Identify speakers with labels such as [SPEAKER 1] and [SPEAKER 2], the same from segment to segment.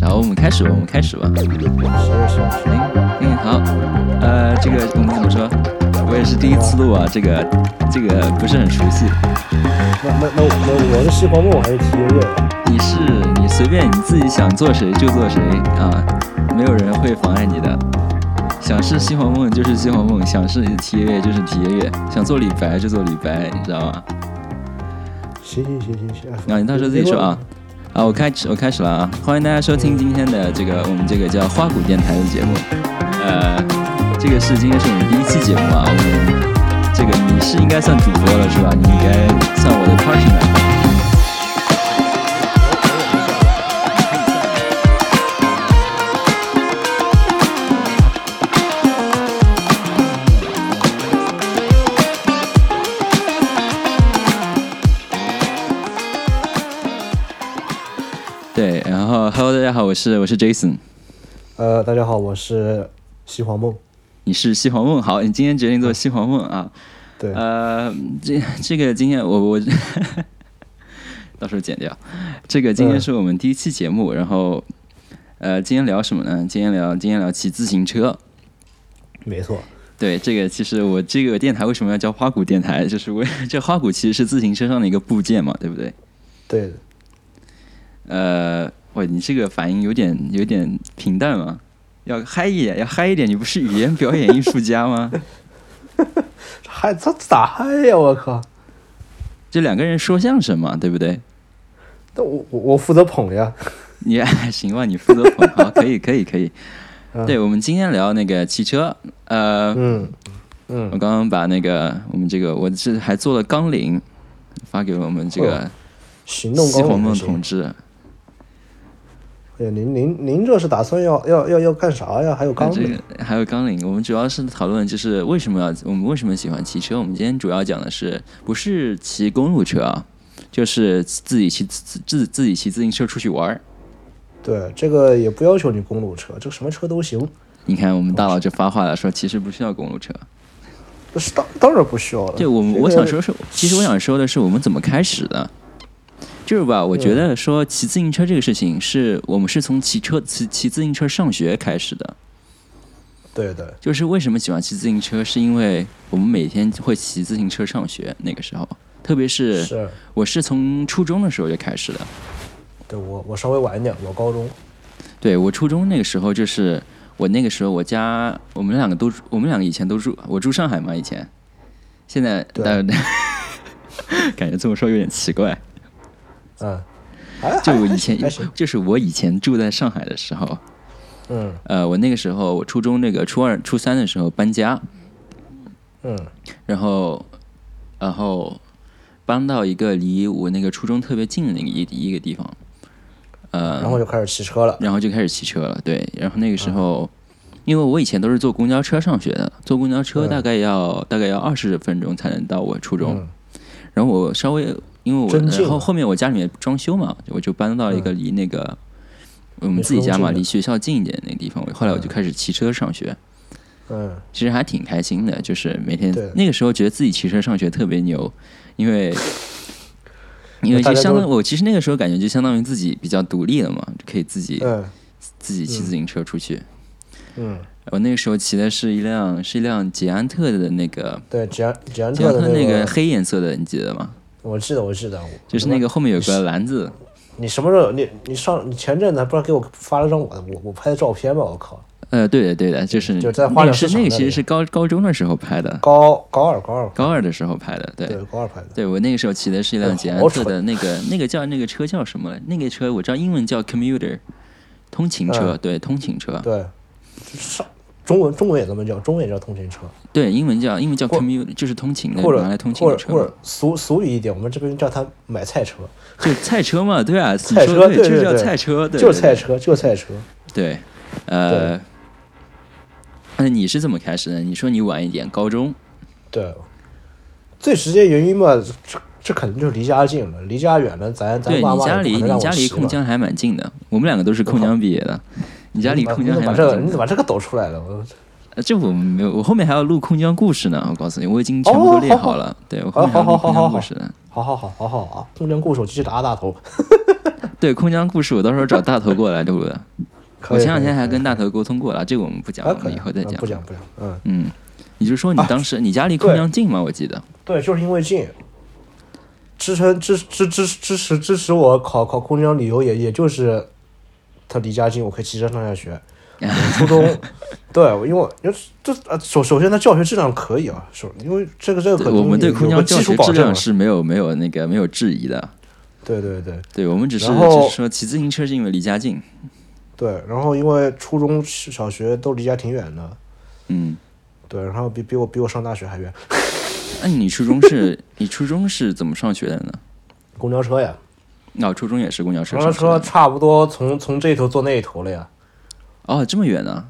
[SPEAKER 1] 然后我们开始吧，我们开始吧。嗯嗯，好，呃，这个我们怎么说？我也是第一次录啊，这个这个不是很熟悉。
[SPEAKER 2] 那那那那我是西黄木还是七爷爷？
[SPEAKER 1] 你是你随便你自己想做谁就做谁啊，没有人会妨碍你的。想是西黄梦就是西黄梦，想是提月就是提月，想做李白就做李白，你知道吗？
[SPEAKER 2] 行行行行行
[SPEAKER 1] 啊，你到时候自己说啊。啊，我开始我开始了啊！欢迎大家收听今天的这个我们这个叫花鼓电台的节目。呃，这个是今天是我们第一期节目啊，我们这个你是应该算主播了是吧？你应该算我的 partner。对，然后 Hello，大家好，我是我是 Jason，
[SPEAKER 2] 呃，大家好，我是西黄梦。
[SPEAKER 1] 你是西黄梦，好，你今天决定做西黄梦啊？
[SPEAKER 2] 对，
[SPEAKER 1] 呃，这这个今天我 我到时候剪掉。这个今天
[SPEAKER 2] 嗯
[SPEAKER 1] 是我们第一期节目，然后呃，今天聊什么呢？今天聊今天聊骑自行车。
[SPEAKER 2] 没错，
[SPEAKER 1] 对，这个其实我这个电台为什么要叫花鼓电台？就是为 这花鼓其实是自行车上的一个部件嘛，对不对？
[SPEAKER 2] 对，
[SPEAKER 1] 呃，哇，你这个反应有点有点平淡嘛，要嗨一点，要嗨一点。你不是语言表演艺术家吗？
[SPEAKER 2] 嗨，这咋嗨呀？我靠！
[SPEAKER 1] 这两个人说相声嘛，对不对？
[SPEAKER 2] 但我我我负责捧呀。
[SPEAKER 1] 你 行吧，你负责捧，好，可以，可以，可以。
[SPEAKER 2] 嗯
[SPEAKER 1] 对，我们今天聊那个汽车，呃，
[SPEAKER 2] 嗯
[SPEAKER 1] 我
[SPEAKER 2] 嗯，
[SPEAKER 1] 刚刚把那个我们这个，我这还做了纲领，发给了我们这
[SPEAKER 2] 哦
[SPEAKER 1] 个
[SPEAKER 2] 行动
[SPEAKER 1] 西
[SPEAKER 2] 纲
[SPEAKER 1] 黄
[SPEAKER 2] 领还
[SPEAKER 1] 梦
[SPEAKER 2] 行
[SPEAKER 1] 同。志。
[SPEAKER 2] 哎呀，您您您这是打算要要要要干啥呀？还有
[SPEAKER 1] 那
[SPEAKER 2] 纲
[SPEAKER 1] 哎这
[SPEAKER 2] 领？
[SPEAKER 1] 个还有纲领，我们主要是讨论就是为什么要我们为什么喜欢骑车。我们今天主要讲的是不是骑公路车啊，就是自己骑自自自己骑自行车出去玩儿。
[SPEAKER 2] 对，这个也不要求你公路车，这个什么车都行。
[SPEAKER 1] 你看我们大
[SPEAKER 2] 哦
[SPEAKER 1] 佬就发话了，说其实不需要公路车。
[SPEAKER 2] 这是当当然不需要了。
[SPEAKER 1] 对我们，
[SPEAKER 2] 这
[SPEAKER 1] 我
[SPEAKER 2] 个
[SPEAKER 1] 想说是，其实我想说的是，我们怎么开始的？就是吧，我觉得说骑自行车这个事情是，我们是从骑车骑骑自行车上学开始的。
[SPEAKER 2] 对对
[SPEAKER 1] 就是为什么喜欢骑自行车，是因为我们每天会骑自行车上学。那个时候，特别是
[SPEAKER 2] 是，
[SPEAKER 1] 我是从初中的时候就开始的。
[SPEAKER 2] 对我我稍微晚一点，我高中。
[SPEAKER 1] 对我初中那个时候，就是我那个时候我家我们两个都住我们两个以前都住我住上海嘛，以前，现在
[SPEAKER 2] 对
[SPEAKER 1] 但 感觉这么说有点奇怪。
[SPEAKER 2] 嗯， 哎，
[SPEAKER 1] 就
[SPEAKER 2] 还
[SPEAKER 1] 我以前
[SPEAKER 2] 还行，
[SPEAKER 1] 就是我以前住在上海的时候，
[SPEAKER 2] 嗯
[SPEAKER 1] 呃，我那个时候我初中那个初二、初三的时候搬家，
[SPEAKER 2] 嗯
[SPEAKER 1] 然后，然后搬到一个离我那个初中特别近的一个一个地方，呃，
[SPEAKER 2] 然后就开始骑车了。
[SPEAKER 1] 然后就开始骑车了，对，然后那个时候。
[SPEAKER 2] 啊
[SPEAKER 1] 因为我以前都是坐公交车上学的，坐公交车大概要、大概要二十分钟才能到我初中。
[SPEAKER 2] 嗯
[SPEAKER 1] 然后我稍微因为我
[SPEAKER 2] 真近
[SPEAKER 1] 然后
[SPEAKER 2] 啊
[SPEAKER 1] 后面我家里面装修嘛，我就搬到一个离那个、我们自己家嘛，
[SPEAKER 2] 离
[SPEAKER 1] 离学
[SPEAKER 2] 初中近的
[SPEAKER 1] 校近一点的那个地方。后来我就开始骑车上学，
[SPEAKER 2] 嗯，
[SPEAKER 1] 其实还挺开心的，就是每天
[SPEAKER 2] 对
[SPEAKER 1] 那个时候觉得自己骑车上学特别牛，因 为因为
[SPEAKER 2] 大
[SPEAKER 1] 就
[SPEAKER 2] 家都
[SPEAKER 1] 相当我其实那个时候感觉就相当于自己比较独立了嘛，就可以自己、
[SPEAKER 2] 嗯
[SPEAKER 1] 自己骑
[SPEAKER 2] 嗯
[SPEAKER 1] 自行车出去。
[SPEAKER 2] 嗯，
[SPEAKER 1] 我那个时候骑的是一辆是一辆捷安特的那个
[SPEAKER 2] 对，捷安捷安
[SPEAKER 1] 捷安
[SPEAKER 2] 特
[SPEAKER 1] 特
[SPEAKER 2] 的
[SPEAKER 1] 那
[SPEAKER 2] 个
[SPEAKER 1] 个，黑颜色的，你记得吗？
[SPEAKER 2] 我记得我记得，
[SPEAKER 1] 就是那个后面有个篮子，
[SPEAKER 2] 你什么时候你你上你前阵子还不是给我发了张我的我我拍的照片吗？我靠，
[SPEAKER 1] 呃，对的，对的，就是
[SPEAKER 2] 就在花
[SPEAKER 1] 那个
[SPEAKER 2] 鸟
[SPEAKER 1] 是
[SPEAKER 2] 市
[SPEAKER 1] 那个
[SPEAKER 2] 场那
[SPEAKER 1] 其实
[SPEAKER 2] 里
[SPEAKER 1] 是高高中的时候拍的，
[SPEAKER 2] 高高二高二
[SPEAKER 1] 高二的时候拍的，对。
[SPEAKER 2] 对高二拍的，
[SPEAKER 1] 对我那个时候骑的是一辆
[SPEAKER 2] 哎
[SPEAKER 1] 捷
[SPEAKER 2] 好
[SPEAKER 1] 安特
[SPEAKER 2] 蠢
[SPEAKER 1] 的那个那个叫那个车叫什么来？那个车我知道英文叫 commuter，通勤车，对，通勤车，
[SPEAKER 2] 嗯对，上中文中文也这么叫，中文也叫通勤车，
[SPEAKER 1] 对，英文叫英文叫
[SPEAKER 2] 或
[SPEAKER 1] commute，就是通勤的，
[SPEAKER 2] 或者
[SPEAKER 1] 拿来通勤
[SPEAKER 2] 或
[SPEAKER 1] 的
[SPEAKER 2] 者
[SPEAKER 1] 车
[SPEAKER 2] 或
[SPEAKER 1] 嘛
[SPEAKER 2] 者，俗俗语一点，我们这边叫它买菜车，
[SPEAKER 1] 就菜车嘛，对啊，你
[SPEAKER 2] 嗯菜
[SPEAKER 1] 说
[SPEAKER 2] 车
[SPEAKER 1] 对，
[SPEAKER 2] 对
[SPEAKER 1] 就是
[SPEAKER 2] 对
[SPEAKER 1] 叫
[SPEAKER 2] 对
[SPEAKER 1] 菜车，对，
[SPEAKER 2] 就
[SPEAKER 1] 对
[SPEAKER 2] 是菜，车，就是菜车。
[SPEAKER 1] 对，呃，那你是怎么开始的？你说你晚一点，高中，
[SPEAKER 2] 对，最直接原因嘛，这这肯定就是离家近了，离家远了，咱咱
[SPEAKER 1] 对
[SPEAKER 2] 爸
[SPEAKER 1] 你
[SPEAKER 2] 妈也
[SPEAKER 1] 家
[SPEAKER 2] 不
[SPEAKER 1] 离
[SPEAKER 2] 可能
[SPEAKER 1] 你
[SPEAKER 2] 让
[SPEAKER 1] 家
[SPEAKER 2] 我
[SPEAKER 1] 离
[SPEAKER 2] 骑
[SPEAKER 1] 控
[SPEAKER 2] 嘛
[SPEAKER 1] 江还蛮近的，我们两个都是控江毕业的，你家离控江
[SPEAKER 2] 你
[SPEAKER 1] 还蛮
[SPEAKER 2] 怎么把这个你
[SPEAKER 1] 近的
[SPEAKER 2] 怎么把这个抖出来了？我
[SPEAKER 1] 呃这我没有，我后面还要录空降故事呢。我告诉你，我已经全部都列好了。对，我后面还要录空降故事呢。
[SPEAKER 2] 哦好好好好好啊！空降故事我继续打大头，
[SPEAKER 1] 对，空降故事我到时候找大头过来录 的。
[SPEAKER 2] 可
[SPEAKER 1] 我
[SPEAKER 2] 以
[SPEAKER 1] 前两天
[SPEAKER 2] 可以
[SPEAKER 1] 还跟大头沟通过了，这个我们不讲，
[SPEAKER 2] 啊
[SPEAKER 1] 我
[SPEAKER 2] 可
[SPEAKER 1] 们以后再
[SPEAKER 2] 啊
[SPEAKER 1] 讲
[SPEAKER 2] 不。啊讲不讲，嗯，
[SPEAKER 1] 嗯，你就说你当时你家离空降近吗？我记得。
[SPEAKER 2] 对，就是因为近，支撑支支支支持支持我考考空降理由也也就是，他离家近，我可以骑车上 下学。我初中，对，我因为我因为这呃首首先它教学质量可以啊，首因为这个这个
[SPEAKER 1] 对
[SPEAKER 2] 肯
[SPEAKER 1] 我们
[SPEAKER 2] 定
[SPEAKER 1] 对
[SPEAKER 2] 有
[SPEAKER 1] 空
[SPEAKER 2] 有
[SPEAKER 1] 降
[SPEAKER 2] 个
[SPEAKER 1] 教
[SPEAKER 2] 基础
[SPEAKER 1] 学
[SPEAKER 2] 保
[SPEAKER 1] 质
[SPEAKER 2] 证
[SPEAKER 1] 量
[SPEAKER 2] 嘛，
[SPEAKER 1] 是没有没有那个没有质疑的。
[SPEAKER 2] 对对对
[SPEAKER 1] 对我们只是
[SPEAKER 2] 然后
[SPEAKER 1] 只是说骑自行车是因为离家近。
[SPEAKER 2] 对，然后因为初中小学都离家挺远的，
[SPEAKER 1] 嗯，
[SPEAKER 2] 对，然后比比我比我上大学还远，
[SPEAKER 1] 那你初中是你初中是怎么上学的呢？
[SPEAKER 2] 公交车呀，
[SPEAKER 1] 那、我初中也是公交车
[SPEAKER 2] 公
[SPEAKER 1] 上
[SPEAKER 2] 交
[SPEAKER 1] 学的
[SPEAKER 2] 车差不多从从这头坐那一头了呀，
[SPEAKER 1] 哦，这么远呢、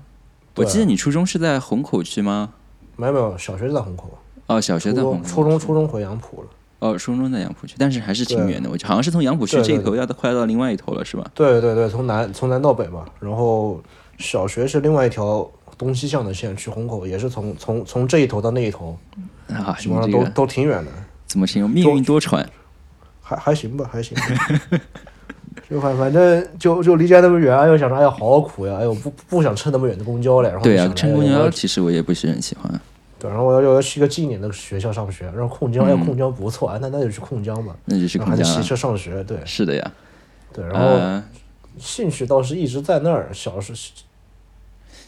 [SPEAKER 1] 我
[SPEAKER 2] 对
[SPEAKER 1] 记得你初中是在虹口区吗？
[SPEAKER 2] 没有没有，小学就在虹口，
[SPEAKER 1] 哦，小学
[SPEAKER 2] 初
[SPEAKER 1] 在虹
[SPEAKER 2] 中
[SPEAKER 1] 口，
[SPEAKER 2] 初中初中回杨浦了，
[SPEAKER 1] 哦，初中在杨浦区，但是还是挺
[SPEAKER 2] 对
[SPEAKER 1] 远的。我记得好像是从杨浦区
[SPEAKER 2] 对
[SPEAKER 1] 这
[SPEAKER 2] 对
[SPEAKER 1] 一头要到快到另外一头了，是吧？
[SPEAKER 2] 对对对，从南从南到北嘛，然后小学是另外一条东西向的线去虹口，也是从从从这一头到那一头，
[SPEAKER 1] 啊，
[SPEAKER 2] 基
[SPEAKER 1] 你
[SPEAKER 2] 本上
[SPEAKER 1] 这
[SPEAKER 2] 都
[SPEAKER 1] 个
[SPEAKER 2] 都挺远的，
[SPEAKER 1] 怎么形容？命运多舛。
[SPEAKER 2] 还还行吧， 还行。就反反正就就离家那么远，哎呦想着哎呀好苦呀，哎呦不不想乘那么远的公交嘞，然后
[SPEAKER 1] 对
[SPEAKER 2] 就
[SPEAKER 1] 啊
[SPEAKER 2] 想，着
[SPEAKER 1] 乘
[SPEAKER 2] 哎
[SPEAKER 1] 公
[SPEAKER 2] 呀我
[SPEAKER 1] 交
[SPEAKER 2] 要
[SPEAKER 1] 其实我也不是很喜欢。
[SPEAKER 2] 对，然后我要我要去一个近一点的学校上学，然后控江，哎，控江不错，哎，那那就去控江吧，
[SPEAKER 1] 那就嗯去
[SPEAKER 2] 然后还
[SPEAKER 1] 空
[SPEAKER 2] 得
[SPEAKER 1] 降
[SPEAKER 2] 骑
[SPEAKER 1] 了。
[SPEAKER 2] 车上学，对
[SPEAKER 1] 是的呀，
[SPEAKER 2] 对，然后
[SPEAKER 1] 呃，
[SPEAKER 2] 兴趣倒是一直在那儿，小时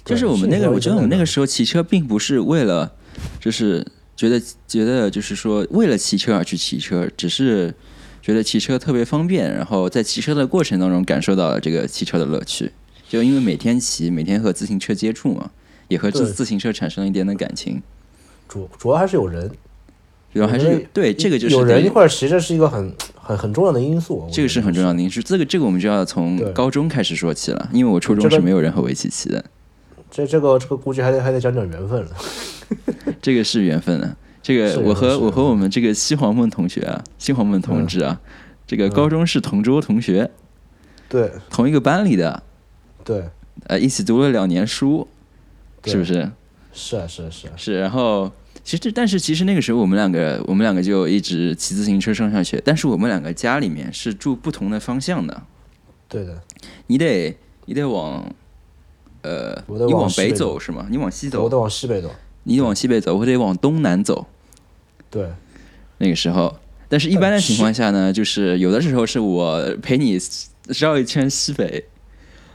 [SPEAKER 2] 对
[SPEAKER 1] 就是我们
[SPEAKER 2] 兴
[SPEAKER 1] 那
[SPEAKER 2] 趣
[SPEAKER 1] 个，
[SPEAKER 2] 倒
[SPEAKER 1] 我
[SPEAKER 2] 一直
[SPEAKER 1] 觉得我
[SPEAKER 2] 在
[SPEAKER 1] 们那
[SPEAKER 2] 那
[SPEAKER 1] 个
[SPEAKER 2] 儿
[SPEAKER 1] 时候骑车并不是为了，就是觉得觉得就是说为了骑车而去骑车，只是觉得骑车特别方便，然后在骑车的过程当中感受到了这个骑车的乐趣，就因为每天骑，每天和自行车接触嘛，也和自
[SPEAKER 2] 对
[SPEAKER 1] 自行车产生了一点点感情，
[SPEAKER 2] 主主要还是有人，
[SPEAKER 1] 然后还
[SPEAKER 2] 有
[SPEAKER 1] 是
[SPEAKER 2] 人
[SPEAKER 1] 对这个就是
[SPEAKER 2] 有人
[SPEAKER 1] 得
[SPEAKER 2] 一块儿骑着是一个很很很重要的因素，
[SPEAKER 1] 这个是很重
[SPEAKER 2] 要。
[SPEAKER 1] 要的因素，这个这个我们就要从
[SPEAKER 2] 对
[SPEAKER 1] 高中开始说起了，因为我初中
[SPEAKER 2] 这个
[SPEAKER 1] 是没有人和我一起骑的，
[SPEAKER 2] 这这个这个估计还得还得讲讲缘分了，
[SPEAKER 1] 这个是缘分啊。这
[SPEAKER 2] 是
[SPEAKER 1] 个
[SPEAKER 2] 缘
[SPEAKER 1] 我
[SPEAKER 2] 分
[SPEAKER 1] 和
[SPEAKER 2] 是
[SPEAKER 1] 我
[SPEAKER 2] 缘
[SPEAKER 1] 和我们这个西黄梦同学啊，西黄梦同志啊，
[SPEAKER 2] 嗯
[SPEAKER 1] 这个高中是同桌同学，
[SPEAKER 2] 对
[SPEAKER 1] 同一个班里的，
[SPEAKER 2] 对，
[SPEAKER 1] 呃，一起读了两年书，
[SPEAKER 2] 对
[SPEAKER 1] 是不是？
[SPEAKER 2] 是啊是啊是啊，
[SPEAKER 1] 是。然后其实，但是其实那个时候我们两个，我们两个就一直骑自行车上下学，但是我们两个家里面是住不同的方向的，
[SPEAKER 2] 对的，
[SPEAKER 1] 你得你得往。呃，
[SPEAKER 2] 我得
[SPEAKER 1] 你
[SPEAKER 2] 往
[SPEAKER 1] 往
[SPEAKER 2] 西
[SPEAKER 1] 北
[SPEAKER 2] 北
[SPEAKER 1] 走是吗？你往西
[SPEAKER 2] 我
[SPEAKER 1] 走，
[SPEAKER 2] 得往西北走，
[SPEAKER 1] 你得往西北走，或者往东南走。
[SPEAKER 2] 对
[SPEAKER 1] 那个时候。但是，一般的情况下呢，就是有的时候是我陪你绕一圈西北，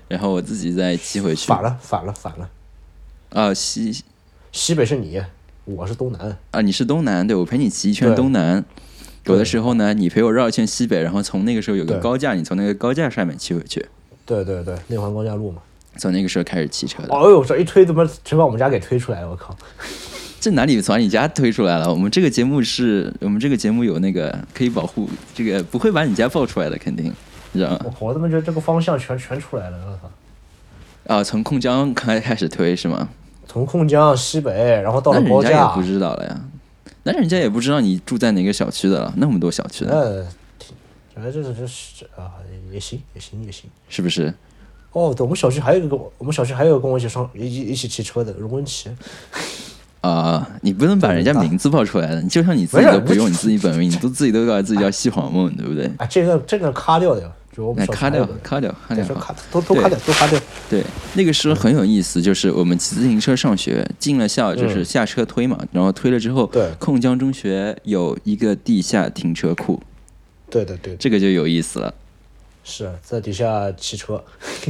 [SPEAKER 1] 然后我自己再骑回去。
[SPEAKER 2] 反了反了反了，
[SPEAKER 1] 啊，西
[SPEAKER 2] 西北是你，我是东南，
[SPEAKER 1] 啊，你是东南，对我陪你骑一圈
[SPEAKER 2] 对
[SPEAKER 1] 东南。
[SPEAKER 2] 对
[SPEAKER 1] 有的时候呢，你陪我绕一圈西北，然后从那个时候有个
[SPEAKER 2] 对
[SPEAKER 1] 高架，你从那个高架上面骑回去。
[SPEAKER 2] 对对对，内环高架路嘛。
[SPEAKER 1] 从那个时候开始骑车的，
[SPEAKER 2] 哦呦，这一推怎么全把我们家给推出来了？我靠！
[SPEAKER 1] 这哪里从你家推出来了？我们这个节目是我们这个节目有那个可以保护，这个不会把你家爆出来的，肯定，你知道吗？
[SPEAKER 2] 我我他妈觉得这个方向全全出来了，我操！
[SPEAKER 1] 啊，从控江开开始推是吗？
[SPEAKER 2] 从控江西北，然后到
[SPEAKER 1] 那
[SPEAKER 2] 了高
[SPEAKER 1] 人家也
[SPEAKER 2] 架
[SPEAKER 1] 不，知道了呀，那人家也不知道你住在哪个小区的了，那么多小区呢，
[SPEAKER 2] 那挺，哎，这这这是啊，也行，也行，也行。
[SPEAKER 1] 是不是？
[SPEAKER 2] 哦，对，我们小区还有一个跟我，我们小区还有一个跟我一起上一一一起骑车的荣文奇，
[SPEAKER 1] 啊、你不能把人家名字报出来的，你就像你自己
[SPEAKER 2] 没事
[SPEAKER 1] 都不用
[SPEAKER 2] 我
[SPEAKER 1] 你自己本名，你都自己都告诉自己叫西黄 梦，对不对？
[SPEAKER 2] 哎，这个这个咔掉掉，就我们
[SPEAKER 1] 那
[SPEAKER 2] 小区
[SPEAKER 1] 咔
[SPEAKER 2] 还
[SPEAKER 1] 哎掉
[SPEAKER 2] 有一个，
[SPEAKER 1] 咔掉，咔
[SPEAKER 2] 对，
[SPEAKER 1] 掉
[SPEAKER 2] 说，
[SPEAKER 1] 好
[SPEAKER 2] 咔都都咔掉，都咔掉，
[SPEAKER 1] 对，那个时候很有意思，就是我们骑自行车上学，进了校就是下车推嘛，然后推了之后，
[SPEAKER 2] 嗯对
[SPEAKER 1] 控江中学有一个地下停车库，
[SPEAKER 2] 对对对，
[SPEAKER 1] 这个就有意思了，
[SPEAKER 2] 是在底下骑车，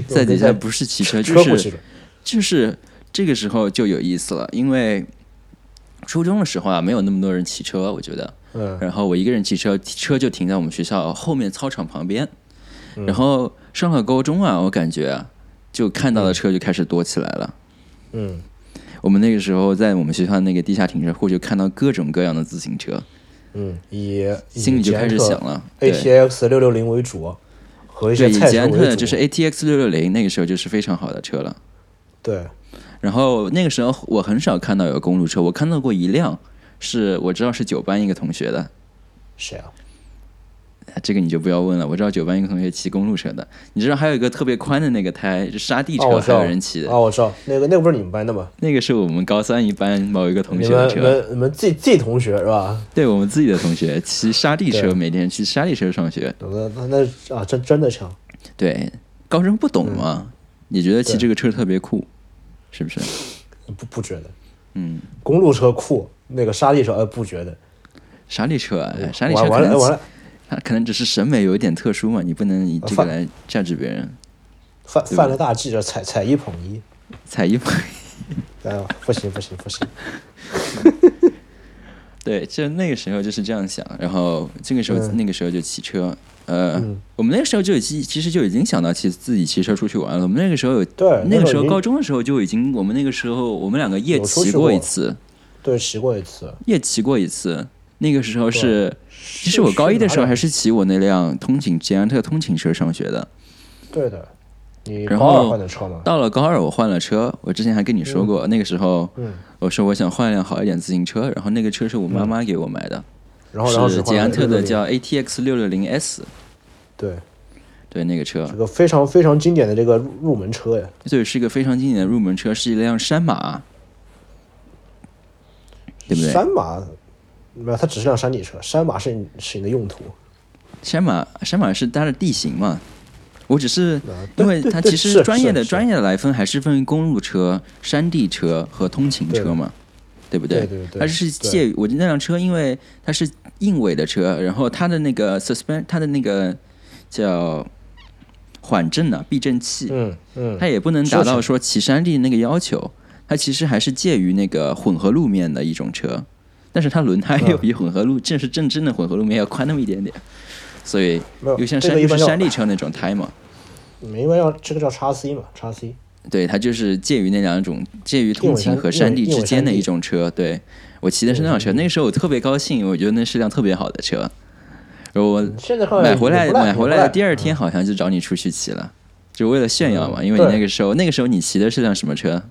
[SPEAKER 1] 在底下
[SPEAKER 2] 我们
[SPEAKER 1] 不是骑车就
[SPEAKER 2] 车
[SPEAKER 1] 是
[SPEAKER 2] 库骑车，
[SPEAKER 1] 就是这个时候就有意思了，因为初中的时候啊，没有那么多人骑车，我觉得。
[SPEAKER 2] 嗯，
[SPEAKER 1] 然后我一个人骑车，车就停在我们学校后面操场旁边。
[SPEAKER 2] 嗯
[SPEAKER 1] 然后上了高中啊，我感觉啊就看到的车就开始多起来了。
[SPEAKER 2] 嗯，
[SPEAKER 1] 我们那个时候在我们学校那个地下停车库就看到各种各样的自行车，
[SPEAKER 2] 嗯，以以
[SPEAKER 1] 心里就开始
[SPEAKER 2] 捷安
[SPEAKER 1] 想
[SPEAKER 2] 特
[SPEAKER 1] 了，对。
[SPEAKER 2] ATX 六六零为主，和一
[SPEAKER 1] 对，
[SPEAKER 2] 些
[SPEAKER 1] 以
[SPEAKER 2] 菜
[SPEAKER 1] 捷
[SPEAKER 2] 车
[SPEAKER 1] 安特
[SPEAKER 2] 为主，
[SPEAKER 1] 就是 ATX 六六零，那个时候就是非常好的车了。
[SPEAKER 2] 对，
[SPEAKER 1] 然后那个时候我很少看到有公路车，我看到过一辆，是我知道是九班一个同学的，
[SPEAKER 2] 谁啊？
[SPEAKER 1] 这个你就不要问了。我知道九班一个同学骑公路车的，你知道还有一个特别宽的那个胎是沙地
[SPEAKER 2] 哦，
[SPEAKER 1] 车，
[SPEAKER 2] 我知
[SPEAKER 1] 还
[SPEAKER 2] 道
[SPEAKER 1] 有人骑的，
[SPEAKER 2] 啊，我知道那个那个不是你们班的吗？
[SPEAKER 1] 那个是我们高三一班某一个同
[SPEAKER 2] 你
[SPEAKER 1] 学的
[SPEAKER 2] 们你
[SPEAKER 1] 车，
[SPEAKER 2] 们你们自己自己同学是吧？
[SPEAKER 1] 对我们自己的同学骑沙地车，
[SPEAKER 2] 对
[SPEAKER 1] 每天骑沙地车上学。
[SPEAKER 2] 那那那啊，真真的强。
[SPEAKER 1] 对，高中不懂
[SPEAKER 2] 嗯
[SPEAKER 1] 嘛，也觉得骑这个车特别酷，是不是？
[SPEAKER 2] 不不觉得，
[SPEAKER 1] 嗯，
[SPEAKER 2] 公路车酷，那个沙地车呃不觉得，
[SPEAKER 1] 沙地车，哎沙
[SPEAKER 2] 完
[SPEAKER 1] 地车可
[SPEAKER 2] 完了完
[SPEAKER 1] 能
[SPEAKER 2] 了，
[SPEAKER 1] 它可能只是审美有一点特殊嘛，你不能以这个
[SPEAKER 2] 犯
[SPEAKER 1] 来价值别人。
[SPEAKER 2] 犯犯了大忌，这踩踩一捧一，
[SPEAKER 1] 踩一捧
[SPEAKER 2] 哎呦不行不行不行，
[SPEAKER 1] 对，就那个时候就是这样想，然后这个时候、
[SPEAKER 2] 嗯
[SPEAKER 1] 那个时候就骑车，呃，
[SPEAKER 2] 嗯
[SPEAKER 1] 我们那个时候就已经其实就已经想到骑自己骑车出去玩了。我们那个时候有
[SPEAKER 2] 对
[SPEAKER 1] 那
[SPEAKER 2] 那
[SPEAKER 1] 个
[SPEAKER 2] 个
[SPEAKER 1] 时候
[SPEAKER 2] 已经
[SPEAKER 1] 高中的时候就已经，我们那个时候我们两个夜
[SPEAKER 2] 有出
[SPEAKER 1] 骑
[SPEAKER 2] 去
[SPEAKER 1] 过一
[SPEAKER 2] 过
[SPEAKER 1] 次，
[SPEAKER 2] 对，骑过一次。
[SPEAKER 1] 夜骑过一次。那个时候是，其实我高一的时候还
[SPEAKER 2] 是
[SPEAKER 1] 是骑我那辆通勤捷安特通勤车上学的。
[SPEAKER 2] 对的，你
[SPEAKER 1] 然
[SPEAKER 2] 高
[SPEAKER 1] 后
[SPEAKER 2] 二换的车嘛，
[SPEAKER 1] 到了高二，我换了车。我之前还跟你说过，那个时候
[SPEAKER 2] 嗯，
[SPEAKER 1] 我说我想换一辆好一点自行车，然后那个车是我妈妈给我买的，
[SPEAKER 2] 然后然后
[SPEAKER 1] 是
[SPEAKER 2] 只哦换
[SPEAKER 1] 捷
[SPEAKER 2] 了
[SPEAKER 1] 安特的
[SPEAKER 2] 660
[SPEAKER 1] 叫 ATX 六六零 S，
[SPEAKER 2] 对，
[SPEAKER 1] 对那个车
[SPEAKER 2] 这，个非常非常经典的这个入入门车呀，
[SPEAKER 1] 所以是一个非常经典的入门车，是一辆山马，对不对？
[SPEAKER 2] 山马没有，它只是辆山地车，山马是你是你的用途，
[SPEAKER 1] 山马山马是它的地形嘛，我只是
[SPEAKER 2] 啊对
[SPEAKER 1] 因为
[SPEAKER 2] 对
[SPEAKER 1] 它
[SPEAKER 2] 对
[SPEAKER 1] 其实
[SPEAKER 2] 是
[SPEAKER 1] 专业的
[SPEAKER 2] 是是
[SPEAKER 1] 专业的来分还是分公路车、山地车和通勤车嘛，对不
[SPEAKER 2] 对对对
[SPEAKER 1] 它是介于我那辆车，因为它是硬尾的车，然后它的那个 suspend 它的那个叫缓震啊避震器，
[SPEAKER 2] 嗯嗯，
[SPEAKER 1] 它也不能
[SPEAKER 2] 是
[SPEAKER 1] 达
[SPEAKER 2] 是
[SPEAKER 1] 到说骑山地那个要求，它其实还是介于那个混合路面的一种车，但是它轮胎
[SPEAKER 2] 嗯
[SPEAKER 1] 又比混合路正是正正的混合路面要宽那么一点点，所以
[SPEAKER 2] 没有
[SPEAKER 1] 又像
[SPEAKER 2] 这
[SPEAKER 1] 山
[SPEAKER 2] 个一
[SPEAKER 1] 又
[SPEAKER 2] 般
[SPEAKER 1] 是
[SPEAKER 2] 叫
[SPEAKER 1] 山地车那种胎嘛，
[SPEAKER 2] 你们一般要这个叫叉 C 嘛，叉 C，
[SPEAKER 1] 对，它就是介于那两种介于通勤和山地之间的一种车。对我骑的是那辆车，那个时候我特别高兴，我觉得那是辆特别好的车，然后我
[SPEAKER 2] 现在看
[SPEAKER 1] 买回来买回来的第二
[SPEAKER 2] 天。
[SPEAKER 1] 天好像就找你出去骑了。就为了炫耀嘛，
[SPEAKER 2] 嗯
[SPEAKER 1] 因为你
[SPEAKER 2] 对
[SPEAKER 1] 那个时候，那个时候你骑的是辆什么车？